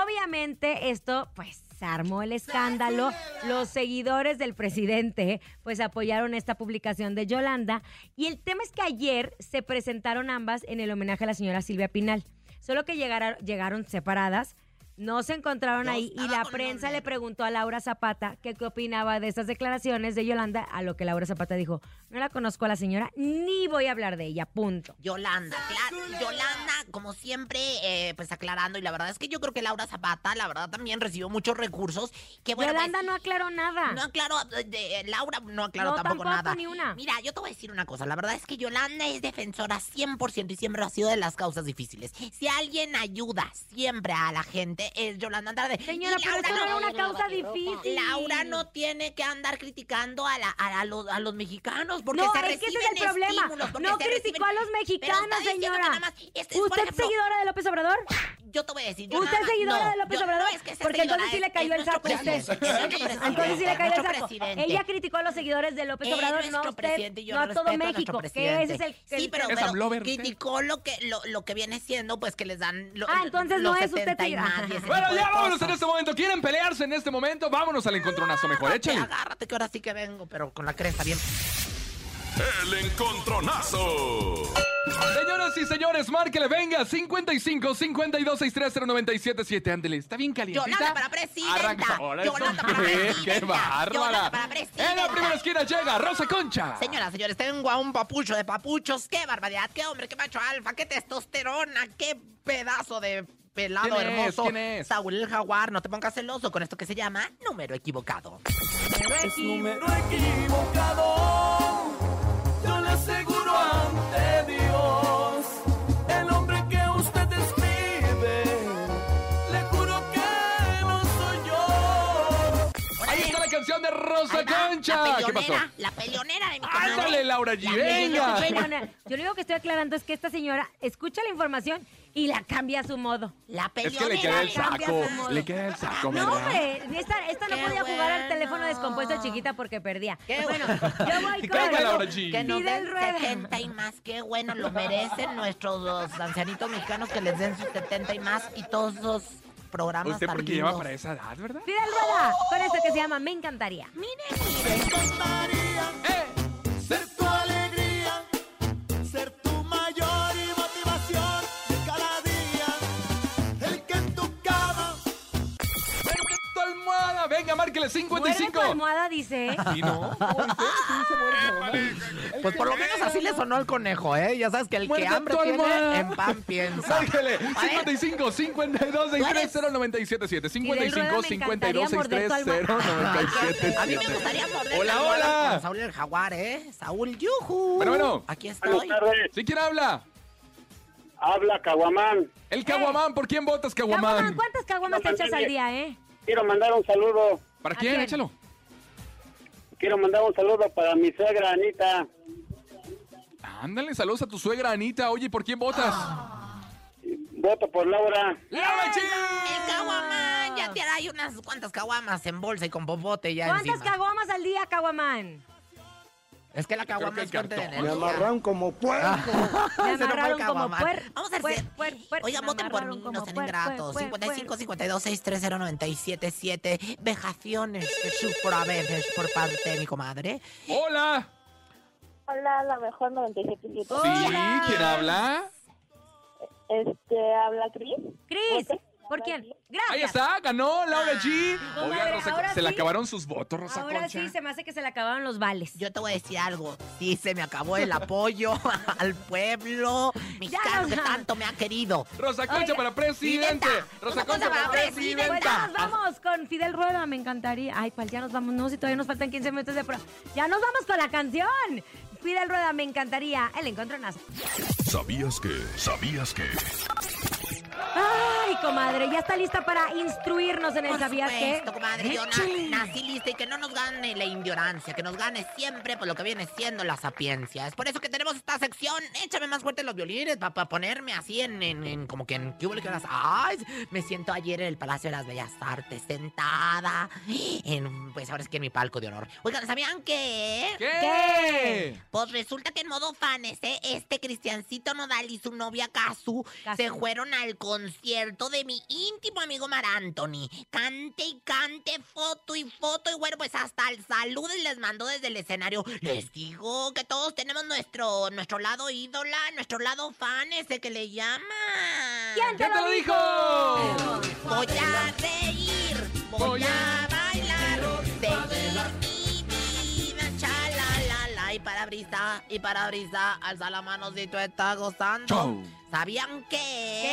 Speaker 2: Obviamente esto, pues, se armó el escándalo. Los seguidores del presidente, pues, apoyaron esta publicación de Yolanda. Y el tema es que ayer se presentaron ambas en el homenaje a la señora Silvia Pinal. Solo que llegaron, llegaron separadas, no se encontraron
Speaker 4: Yo
Speaker 2: ahí y
Speaker 4: estaba
Speaker 2: la
Speaker 4: con
Speaker 2: prensa
Speaker 4: Leonel.
Speaker 2: le preguntó a Laura Zapata que qué opinaba de estas declaraciones de Yolanda, a lo que Laura Zapata dijo, no la conozco a la señora ni voy a hablar de ella, punto.
Speaker 4: Yolanda, claro, Yolanda, como siempre, eh, pues aclarando, y la verdad es que yo creo que Laura Zapata, la verdad, también recibió muchos recursos. Que bueno, pues,
Speaker 2: Yolanda no aclaró nada.
Speaker 4: No aclaró, eh, de- eh, Laura no aclaró
Speaker 2: No,
Speaker 4: tampoco,
Speaker 2: tampoco,
Speaker 4: nada.
Speaker 2: ni una.
Speaker 4: Mira, yo te voy a decir una cosa. La verdad es que Yolanda es defensora 100% y siempre ha sido de las causas difíciles. Si alguien ayuda siempre a la gente, es Yolanda Andrade.
Speaker 2: Señora,
Speaker 4: Y
Speaker 2: pero
Speaker 4: Laura
Speaker 2: esto no
Speaker 4: no-
Speaker 2: era una causa difícil.
Speaker 4: Laura no tiene que andar criticando a, la- a, a los, a los mexicanos porque
Speaker 2: no,
Speaker 4: se
Speaker 2: es que ese
Speaker 4: reciben
Speaker 2: es el problema.
Speaker 4: estímulos, porque
Speaker 2: No
Speaker 4: se
Speaker 2: criticó
Speaker 4: reciben-
Speaker 2: a los
Speaker 4: Pero está
Speaker 2: mexicanos,
Speaker 4: diciendo que
Speaker 2: señora.
Speaker 4: nada más- este, por
Speaker 2: ¿Usted es
Speaker 4: ejemplo,
Speaker 2: seguidora de López Obrador?
Speaker 4: Yo te voy a decir. yo
Speaker 2: ¿Usted
Speaker 4: nada
Speaker 2: es
Speaker 4: más-
Speaker 2: seguidora
Speaker 4: no,
Speaker 2: de López
Speaker 4: yo- no,
Speaker 2: Obrador?
Speaker 4: es que sea
Speaker 2: Porque entonces
Speaker 4: seguidora,
Speaker 2: sí le
Speaker 4: es-
Speaker 2: cayó
Speaker 4: es
Speaker 2: el saco a
Speaker 4: nuestro
Speaker 2: usted.
Speaker 4: presidente, es nuestro
Speaker 2: Entonces sí le
Speaker 4: presidente,
Speaker 2: cayó el
Speaker 4: nuestro
Speaker 2: saco.
Speaker 4: presidente.
Speaker 2: Ella criticó a los seguidores de López
Speaker 4: Es
Speaker 2: Obrador, no a
Speaker 4: nuestro
Speaker 2: usted,
Speaker 4: presidente y yo
Speaker 2: no a
Speaker 4: respeto
Speaker 2: todo
Speaker 4: nuestro
Speaker 2: México. Que
Speaker 4: presidente.
Speaker 2: ese es el... el-
Speaker 4: sí, pero,
Speaker 5: Es
Speaker 4: pero
Speaker 5: amlover, usted.
Speaker 4: criticó lo que lo, lo que viene siendo pues que les dan lo-
Speaker 2: Ah, entonces
Speaker 4: los
Speaker 2: no es usted
Speaker 4: 70 y
Speaker 2: que-
Speaker 4: más, y ese
Speaker 5: Bueno,
Speaker 4: tipo de
Speaker 5: ya vámonos en
Speaker 4: cosas.
Speaker 5: este momento. ¿Quieren pelearse en este momento? Vámonos al encontronazo mejor.
Speaker 4: Agárrate,
Speaker 5: Échale.
Speaker 4: agárrate que ahora sí que vengo, pero con la cresta bien.
Speaker 6: El encontronazo.
Speaker 5: Señoras y señores, márquele, venga. 55 52 630 977 Ándele, está bien calientita.
Speaker 4: Yolanda para presidenta.
Speaker 5: Arranca. Ahora eso
Speaker 4: Yolanda
Speaker 5: fue,
Speaker 4: para presidenta.
Speaker 5: ¡Qué bárbara!
Speaker 4: Yolanda para presidenta.
Speaker 5: En la primera esquina llega Rosa Concha.
Speaker 4: Señoras, señores, tengo a un papucho de papuchos. ¡Qué barbaridad! ¡Qué hombre! ¡Qué macho alfa! ¡Qué testosterona! ¡Qué pedazo de pelado
Speaker 5: ¿Quién es?
Speaker 4: hermoso!
Speaker 5: ¿Quién es?
Speaker 4: Saúl el Jaguar, no te pongas celoso con esto que se llama número equivocado.
Speaker 1: Es número equivocado. Yo le aseguro ante Dios, el hombre que usted describe, le juro que no soy yo.
Speaker 5: Ahí está la canción de Rosa
Speaker 4: Ahí va,
Speaker 5: Concha.
Speaker 4: La
Speaker 5: ¿Qué pasó?
Speaker 4: peleonera, la peleonera de mi comadre.
Speaker 5: Ándale, Laura G.
Speaker 4: La
Speaker 5: Venga.
Speaker 2: Bueno, no, Yo lo único que estoy aclarando es que esta señora escucha la información y la cambia a su modo.
Speaker 4: La
Speaker 5: Es
Speaker 4: peleonera.
Speaker 5: que le queda el
Speaker 4: cambia
Speaker 5: saco.
Speaker 4: su modo.
Speaker 5: Le queda el saco,
Speaker 2: No,
Speaker 5: ¿verdad?
Speaker 2: hombre, esta, esta no
Speaker 4: Qué
Speaker 2: podía jugar al
Speaker 4: bueno.
Speaker 2: teléfono descompuesto chiquita porque perdía.
Speaker 4: Qué
Speaker 2: bueno,
Speaker 4: bueno.
Speaker 2: yo voy con
Speaker 5: Venga, Laura G.
Speaker 4: Que nos
Speaker 2: Fidel
Speaker 4: den
Speaker 2: Rueda.
Speaker 4: 70 y más, qué bueno, lo merecen nuestros los ancianitos mexicanos que les den sus 70 y más y todos esos programas
Speaker 5: Usted
Speaker 4: tan
Speaker 5: porque lleva
Speaker 4: lindos.
Speaker 5: para esa edad, ¿verdad?
Speaker 2: Fidel Rueda, con esto que se llama Me encantaría.
Speaker 1: Ser tu alegría, ser tu mayor y motivación de cada día. El que en tu cama
Speaker 5: Muerde tu almohada. Venga, márquele
Speaker 2: Muerde tu
Speaker 5: 55.
Speaker 2: almohada, dice. ¿eh?
Speaker 5: Y no.
Speaker 4: Pues por lo menos así le sonó al conejo, ¿eh? Ya sabes que el que
Speaker 5: Muerde
Speaker 4: hambre
Speaker 5: tu
Speaker 4: tiene,
Speaker 5: almohada.
Speaker 4: en pan piensa.
Speaker 5: Márquele
Speaker 4: ver.
Speaker 5: 55 52 630 977 55 52
Speaker 4: A
Speaker 5: 630
Speaker 4: mí me
Speaker 5: 977
Speaker 4: gustaría morder
Speaker 5: Hola,
Speaker 4: la almohada
Speaker 5: hola.
Speaker 4: con Saúl el jaguar, ¿eh? Saúl, yujú.
Speaker 5: Bueno, bueno.
Speaker 4: Aquí estoy.
Speaker 8: Buenas tardes.
Speaker 5: ¿Sí quién habla?
Speaker 8: Habla Caguamán.
Speaker 5: El Caguamán. ¿por quién votas,
Speaker 2: Caguaman,
Speaker 5: Caguamán?
Speaker 2: ¿cuántas caguamas te echas al día, eh?
Speaker 8: Quiero mandar un saludo.
Speaker 5: ¿Para
Speaker 2: ¿A
Speaker 5: quién?
Speaker 2: quién?
Speaker 5: Échalo.
Speaker 8: Quiero mandar un saludo para mi suegra Anita.
Speaker 5: Ándale, saludos a tu suegra Anita. Oye, ¿por quién votas?
Speaker 8: Voto por Laura.
Speaker 5: ¡Laura G!
Speaker 4: El caguamán, ya te hará ahí unas cuantas caguamas en bolsa y con popote ya
Speaker 2: ¿Cuántas
Speaker 4: encima.
Speaker 2: caguamas al día, Caguaman?
Speaker 4: Es que la caguama
Speaker 5: que
Speaker 4: es fuente de
Speaker 5: cartón.
Speaker 4: energía.
Speaker 8: como puerco.
Speaker 2: Me
Speaker 4: Se nos fue el
Speaker 2: amarraron como
Speaker 4: caguamán.
Speaker 2: puer.
Speaker 4: Vamos a
Speaker 2: puer,
Speaker 4: hacer.
Speaker 2: puer, puer.
Speaker 4: Oigan,
Speaker 2: Me
Speaker 4: voten por
Speaker 2: amarraron
Speaker 4: mí,
Speaker 2: como
Speaker 4: no sean
Speaker 2: puer,
Speaker 4: ingratos.
Speaker 2: puer, puer,
Speaker 4: 55 52 630 977 Vejaciones que sufro a veces por parte de mi comadre.
Speaker 5: ¡Hola!
Speaker 7: Hola, la mejor 97.7.
Speaker 5: Sí, ¿quién habla?
Speaker 7: Este, habla Cris.
Speaker 2: Cris, ¿Por quién? Gracias.
Speaker 5: Ahí está, ganó Laura G.
Speaker 2: Ah,
Speaker 5: Oiga,
Speaker 2: comadre,
Speaker 5: Rosa,
Speaker 2: ahora
Speaker 5: se le
Speaker 2: sí.
Speaker 5: acabaron sus votos, Rosa
Speaker 2: Ahora
Speaker 5: Concha.
Speaker 2: sí se me hace que se le acabaron los vales.
Speaker 4: Yo te voy a decir algo. Sí, se me acabó el apoyo al pueblo mexicano
Speaker 2: nos
Speaker 4: que
Speaker 2: vamos.
Speaker 4: tanto me ha querido.
Speaker 5: Rosa Concha
Speaker 2: Oiga,
Speaker 5: para presidente.
Speaker 4: presidenta.
Speaker 5: Rosa
Speaker 4: Rosa Concha
Speaker 5: Concha para
Speaker 4: para presidenta.
Speaker 2: Pues ya
Speaker 5: presidenta.
Speaker 2: nos vamos con Fidel Rueda, me encantaría. Ay, pal, ya nos vamos. No, si todavía nos faltan 15 minutos de pro. Ya nos vamos con la canción. Fidel Rueda, me encantaría. El encontronazo.
Speaker 6: ¿Sabías que? ¿Sabías que?
Speaker 2: Ay, comadre, ya está lista para instruirnos en el
Speaker 4: Por
Speaker 2: ¿Sabías qué?
Speaker 4: supuesto, comadre, yo na- nací lista y que no nos gane la ignorancia, que nos gane siempre por lo que viene siendo la sapiencia. Es por eso que tenemos esta sección. Échame más fuerte los violines para ponerme así en, en- en- como que en ¿qué hubo le que horas? Ay, me siento ayer en el Palacio de las Bellas Artes sentada en, pues ahora es que en mi palco de honor. Oigan, ¿sabían que
Speaker 5: ¿Qué?
Speaker 4: Pues resulta que en modo fanes, ¿eh? este Cristiancito Nodal y su novia Kazu
Speaker 2: Cazzu.
Speaker 4: se fueron al concierto de mi íntimo amigo Mar Anthony. Cante y cante, foto y foto, y bueno, pues hasta el saludo y les mandó desde el escenario. Les digo que todos tenemos nuestro, nuestro lado ídola, nuestro lado fan ese que le llama.
Speaker 2: ¿Quién te
Speaker 5: ¿Quién
Speaker 2: lo dijo?
Speaker 4: Voy a reír, voy
Speaker 5: Voy
Speaker 4: a
Speaker 5: a
Speaker 4: bailar, seguir mi vida, chalalala. Y para brisa, y para brisa, alza la mano si tú estás gozando.
Speaker 5: Chau.
Speaker 4: ¿Sabían que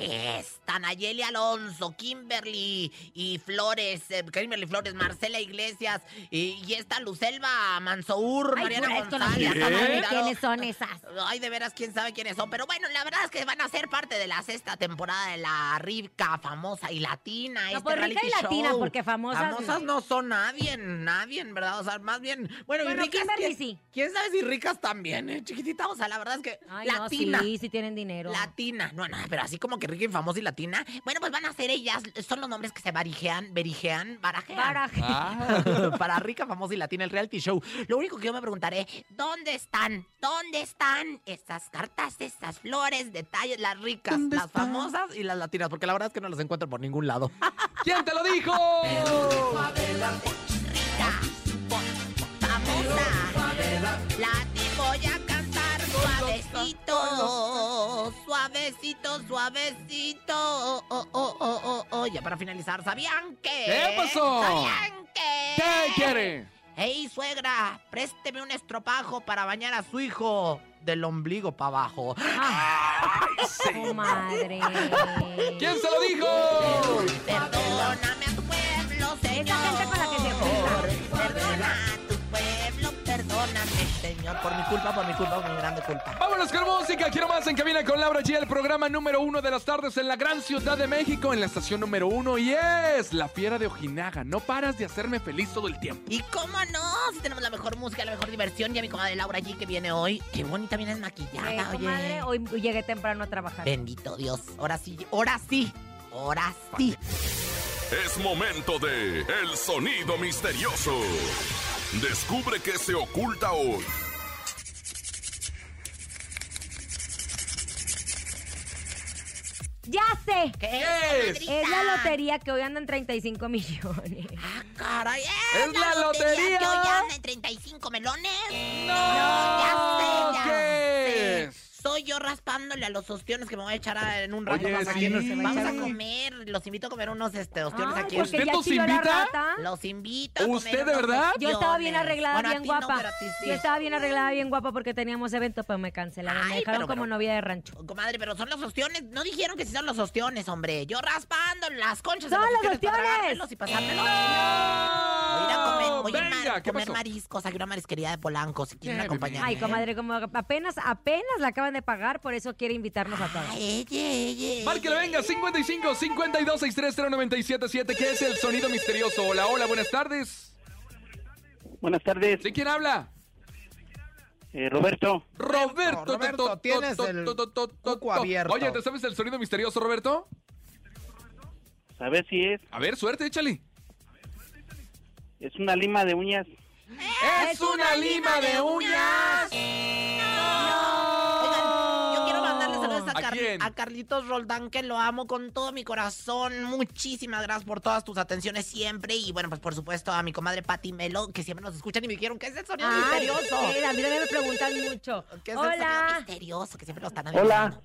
Speaker 5: ¿Qué?
Speaker 4: Esta Nayeli Alonso, Kimberly y Flores, eh, Kimberly Flores, Marcela Iglesias y, y esta Lucelva Mansour,
Speaker 2: Ay,
Speaker 4: Mariana
Speaker 2: por esto no
Speaker 4: González.
Speaker 5: sé, comadre,
Speaker 4: Cuidado.
Speaker 2: quiénes son esas.
Speaker 4: Ay, de veras, quién sabe quiénes son. Pero bueno, la verdad es que van a ser parte de la sexta temporada de la rica, famosa y latina.
Speaker 2: No,
Speaker 4: este
Speaker 2: pues, rica y
Speaker 4: reality
Speaker 2: latina,
Speaker 4: show.
Speaker 2: porque famosas no.
Speaker 4: Famosas no son nadie, nadie, ¿verdad? O sea, más bien. Bueno,
Speaker 2: Bueno,
Speaker 4: y ricas.
Speaker 2: Kimberly
Speaker 4: ¿quién,
Speaker 2: sí.
Speaker 4: quién sabe si ricas también, eh? Chiquitita, o sea, la verdad es que.
Speaker 2: Ay, no,
Speaker 4: latina.
Speaker 2: sí, sí tienen dinero.
Speaker 4: Latina, no, no, pero así como que rica y famosa y latina. Bueno, pues van a ser ellas, son los nombres que se barijean, verijean, barajean.
Speaker 2: Baraje.
Speaker 5: Ah,
Speaker 4: Para rica, famosa y latina, el reality show. Lo único que yo me preguntaré, ¿dónde están? ¿Dónde están estas cartas, estas flores, detalles, las ricas, las famosas y las latinas? Porque la verdad es que no las encuentro por ningún lado.
Speaker 5: ¿Quién te lo dijo?
Speaker 4: Rica, fa- famosa, latina, voy a cantar suavecito, suavecito, suavecito. Oh, oh, oh, oh, oh. Ya para finalizar, ¿sabían que?
Speaker 5: ¿Qué pasó?
Speaker 4: ¿Sabían que?
Speaker 5: ¿Qué quiere?
Speaker 4: Hey, suegra, présteme un estropajo para bañar a su hijo del ombligo para abajo.
Speaker 2: Ah. Comadre.
Speaker 5: ¿Quién se lo dijo?
Speaker 4: Perdóname a tu pueblo, señor.
Speaker 2: gente con la que se junta.
Speaker 4: Perdona a tu pueblo, perdóname, señor. Por mi culpa, por mi culpa, por mi grande culpa.
Speaker 5: Vámonos con música. Quiero más en Cabina con Laura G, el programa número uno de las tardes en la gran ciudad de México, en la estación número uno. Y es La Fiera de Ojinaga. No paras de hacerme feliz todo el tiempo.
Speaker 4: Y cómo no, si tenemos la mejor música, la mejor diversión. Y a mi comadre Laura G que viene hoy. Qué bonita vienes maquillada,
Speaker 2: Eh,
Speaker 4: oye.
Speaker 2: comadre, hoy llegué temprano a trabajar.
Speaker 4: Bendito Dios. Ahora sí, ahora sí, ahora sí.
Speaker 6: Es momento de El Sonido Misterioso. Descubre qué se oculta hoy.
Speaker 2: ¡Ya sé!
Speaker 4: ¿Qué
Speaker 5: es?
Speaker 4: comadrita?
Speaker 2: Es la lotería que hoy andan 35 millones.
Speaker 4: Ah, caray. ¿eh?
Speaker 5: Es la lotería.
Speaker 4: que hoy anda en 35 melones.
Speaker 5: ¡No!
Speaker 4: Ya sé, ya
Speaker 5: ¿Qué
Speaker 4: sé.
Speaker 5: es?
Speaker 4: Soy yo raspándole a los ostiones que me voy a echar a- en un rato
Speaker 5: Oye,
Speaker 4: más
Speaker 5: sí.
Speaker 4: aquí. en el-
Speaker 5: Se va a
Speaker 4: Vamos a
Speaker 5: echar.
Speaker 4: comer. Los invito a comer unos este, ostiones
Speaker 2: Ay,
Speaker 4: aquí.
Speaker 2: porque
Speaker 5: ¿Usted
Speaker 2: ya
Speaker 5: nos
Speaker 2: chilló la
Speaker 5: invita?
Speaker 2: rata.
Speaker 4: Los invito a comer
Speaker 5: ¿Usted de
Speaker 4: unos
Speaker 5: verdad?
Speaker 2: Yo estaba bien
Speaker 4: ostiones.
Speaker 2: arreglada,
Speaker 4: Bueno, a
Speaker 2: bien
Speaker 4: ti no,
Speaker 2: guapa.
Speaker 4: pero a ti sí.
Speaker 2: Yo estaba bien arreglada, bien guapa porque teníamos evento, pero me cancelaron.
Speaker 4: Ay,
Speaker 2: me dejaron
Speaker 4: pero,
Speaker 2: como
Speaker 4: pero-
Speaker 2: novia de rancho.
Speaker 4: Comadre, pero son los ostiones. No dijeron que si son los ostiones, hombre. Yo raspando las conchas de
Speaker 2: ¡Son los
Speaker 4: para
Speaker 2: ostiones!
Speaker 4: tragármelos y pasármelos. Voy a ir a comer, voy a ir
Speaker 5: Venga,
Speaker 4: mar-
Speaker 5: ¿qué
Speaker 4: comer
Speaker 5: pasó?
Speaker 4: mariscos. Aquí una marisquería de Polanco, si quieren
Speaker 5: Qué
Speaker 4: acompañarme.
Speaker 2: Eh, Ay, comadre, como apenas, apenas la acaban de pagar, por eso quiere invitarnos a todos.
Speaker 4: Ay, ye, ye,
Speaker 5: Márquele,
Speaker 4: ye.
Speaker 5: venga, 55 52 630 ¿Qué es el sonido misterioso? Hola, hola, buenas tardes.
Speaker 8: Buenas tardes,
Speaker 5: ¿De quién habla?
Speaker 8: eh, Roberto.
Speaker 5: Roberto,
Speaker 9: Roberto,
Speaker 5: to- to-
Speaker 9: tienes
Speaker 5: to-
Speaker 9: el
Speaker 5: to- to- to-
Speaker 9: cuco
Speaker 5: to-
Speaker 9: abierto.
Speaker 5: Oye, ¿te sabes el sonido misterioso, Roberto?
Speaker 8: A ver si es,
Speaker 5: A ver, suerte, échale.
Speaker 8: es una lima de uñas.
Speaker 5: ¡Es una lima de uñas!
Speaker 4: Oigan, yo quiero mandarle saludos a,
Speaker 5: ¿A
Speaker 4: Carl-
Speaker 5: quién?
Speaker 4: a Carlitos Roldán, que lo amo con todo mi corazón. Muchísimas gracias por todas tus atenciones siempre. Y bueno, pues por supuesto a mi comadre Pati Melo, que siempre nos escuchan y me dijeron que es el sonido
Speaker 2: Ay,
Speaker 4: misterioso.
Speaker 2: mira, a mí también me preguntan mucho.
Speaker 4: ¿Qué es el sonido
Speaker 2: Hola.
Speaker 4: misterioso? Que siempre lo están
Speaker 8: Hola.
Speaker 4: averiguando.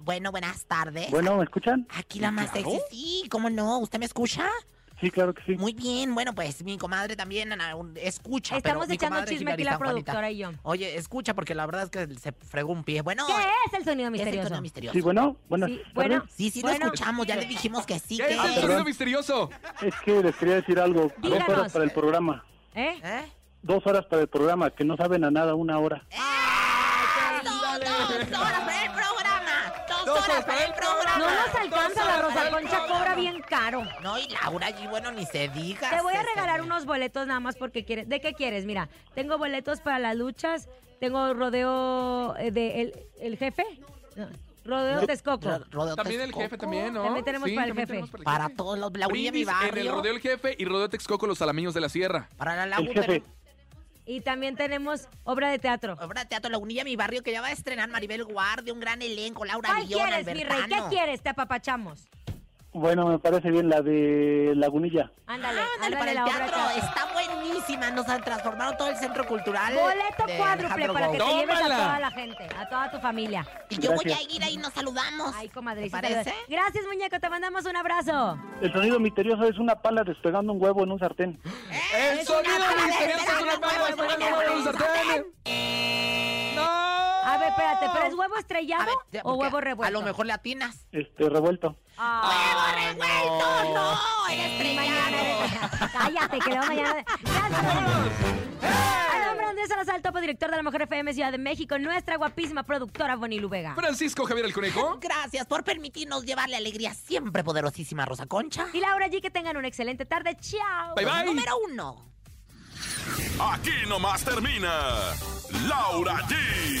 Speaker 4: Bueno, buenas tardes.
Speaker 8: Bueno, ¿me escuchan?
Speaker 4: Aquí la más sexy, sí, ¿cómo no? ¿Usted me escucha?
Speaker 8: Sí, claro que sí.
Speaker 4: Muy bien, bueno, pues mi comadre también Ana, un- escucha. pero
Speaker 2: Estamos
Speaker 4: mi
Speaker 2: echando
Speaker 4: comadre
Speaker 2: chisme aquí la
Speaker 4: Jimenita, Juanita.
Speaker 2: productora y yo.
Speaker 4: Oye, escucha, porque la verdad es que se fregó un pie. Bueno,
Speaker 2: ¿Qué es el sonido
Speaker 4: es el
Speaker 2: misterioso?
Speaker 4: tono misterioso.
Speaker 8: Sí, bueno, buenas
Speaker 2: Sí,
Speaker 8: tardes.
Speaker 2: bueno.
Speaker 4: Sí, sí,
Speaker 2: Bueno.
Speaker 4: lo escuchamos, ya le dijimos que sí.
Speaker 5: ¿Qué
Speaker 4: que...
Speaker 5: es el sonido misterioso?
Speaker 8: Es que les quería decir algo.
Speaker 2: Díganos.
Speaker 8: Dos horas para el programa.
Speaker 2: ¿Eh?
Speaker 4: ¿Eh?
Speaker 8: Dos horas para el programa, que no saben a nada, una hora.
Speaker 4: Dos, dos horas para el programa. Dos, horas para el
Speaker 2: No
Speaker 4: programa.
Speaker 2: nos alcanza, la Rosa
Speaker 5: Ay,
Speaker 2: Concha cobra bien caro.
Speaker 4: No, y Laura allí, bueno, ni se diga.
Speaker 2: Te voy a
Speaker 4: se- se-
Speaker 2: regalar unos boletos nada más porque quieres. ¿De qué quieres? Mira, tengo boletos para las luchas, tengo rodeo eh, de el, el jefe, No, rodeo Texcoco.
Speaker 4: Ro- rodeo
Speaker 5: También el
Speaker 4: Texcoco.
Speaker 5: jefe, también, ¿no?
Speaker 2: También tenemos para el jefe.
Speaker 4: Para todos los la orilla de mi
Speaker 5: Brindis en el
Speaker 4: barrio.
Speaker 5: rodeo el jefe y rodeo Texcoco los salamiños de la sierra.
Speaker 4: Para la
Speaker 8: El
Speaker 4: Laura,
Speaker 8: jefe.
Speaker 2: Y también tenemos obra de teatro.
Speaker 4: obra de teatro La Unilla Mi Barrio que ya va a estrenar Maribel Guardia, un gran elenco, Laura
Speaker 2: ¿Cuál
Speaker 4: Guión,
Speaker 2: quieres, mi rey? ¿Qué
Speaker 4: Albertano.
Speaker 2: quieres? Te apapachamos.
Speaker 8: Bueno, me parece bien la de Lagunilla.
Speaker 2: Ándale,
Speaker 4: Ah, ándale, para el
Speaker 2: la obra de
Speaker 4: teatro. Está buenísima. Nos han transformado todo el centro cultural.
Speaker 2: Boleto
Speaker 4: de
Speaker 2: cuádruple
Speaker 4: Alejandro
Speaker 2: para que te
Speaker 5: Gou.
Speaker 2: lleves a
Speaker 5: ¡Tómala!
Speaker 2: toda la gente, a toda tu familia.
Speaker 4: Y yo voy a
Speaker 8: Gracias.
Speaker 4: ir ahí, nos saludamos.
Speaker 2: Ay, comadrecita.
Speaker 4: ¿Te parece?
Speaker 2: Gracias, muñeco. Te mandamos un abrazo.
Speaker 8: El sonido misterioso es una pala despegando un huevo en un sartén.
Speaker 4: ¡Eh,
Speaker 5: El sonido misterioso es una mano de en un sartén. ¡No!
Speaker 2: A ver, espérate, ¿pero es huevo estrellado
Speaker 4: A ver, ya,
Speaker 2: o
Speaker 4: porque
Speaker 2: huevo revuelto?
Speaker 4: A lo mejor le atinas.
Speaker 8: Este, revuelto.
Speaker 2: Ah,
Speaker 4: ¡Revuelto! ¡No! ¡Eres
Speaker 2: sí, mañana.
Speaker 4: estrellado!
Speaker 2: Cállate, que luego mañana. Gracias. A nombre de Andrés Salazar, topo director de la Mujer FM Ciudad de México, nuestra guapísima productora Bonnie Vega.
Speaker 5: Francisco Javier el Conejo.
Speaker 4: Gracias por permitirnos llevarle alegría siempre poderosísima a Rosa Concha.
Speaker 2: Y Laura G, que tengan una excelente tarde. Chao.
Speaker 5: Bye bye.
Speaker 4: Número uno.
Speaker 6: Aquí nomás termina Laura G,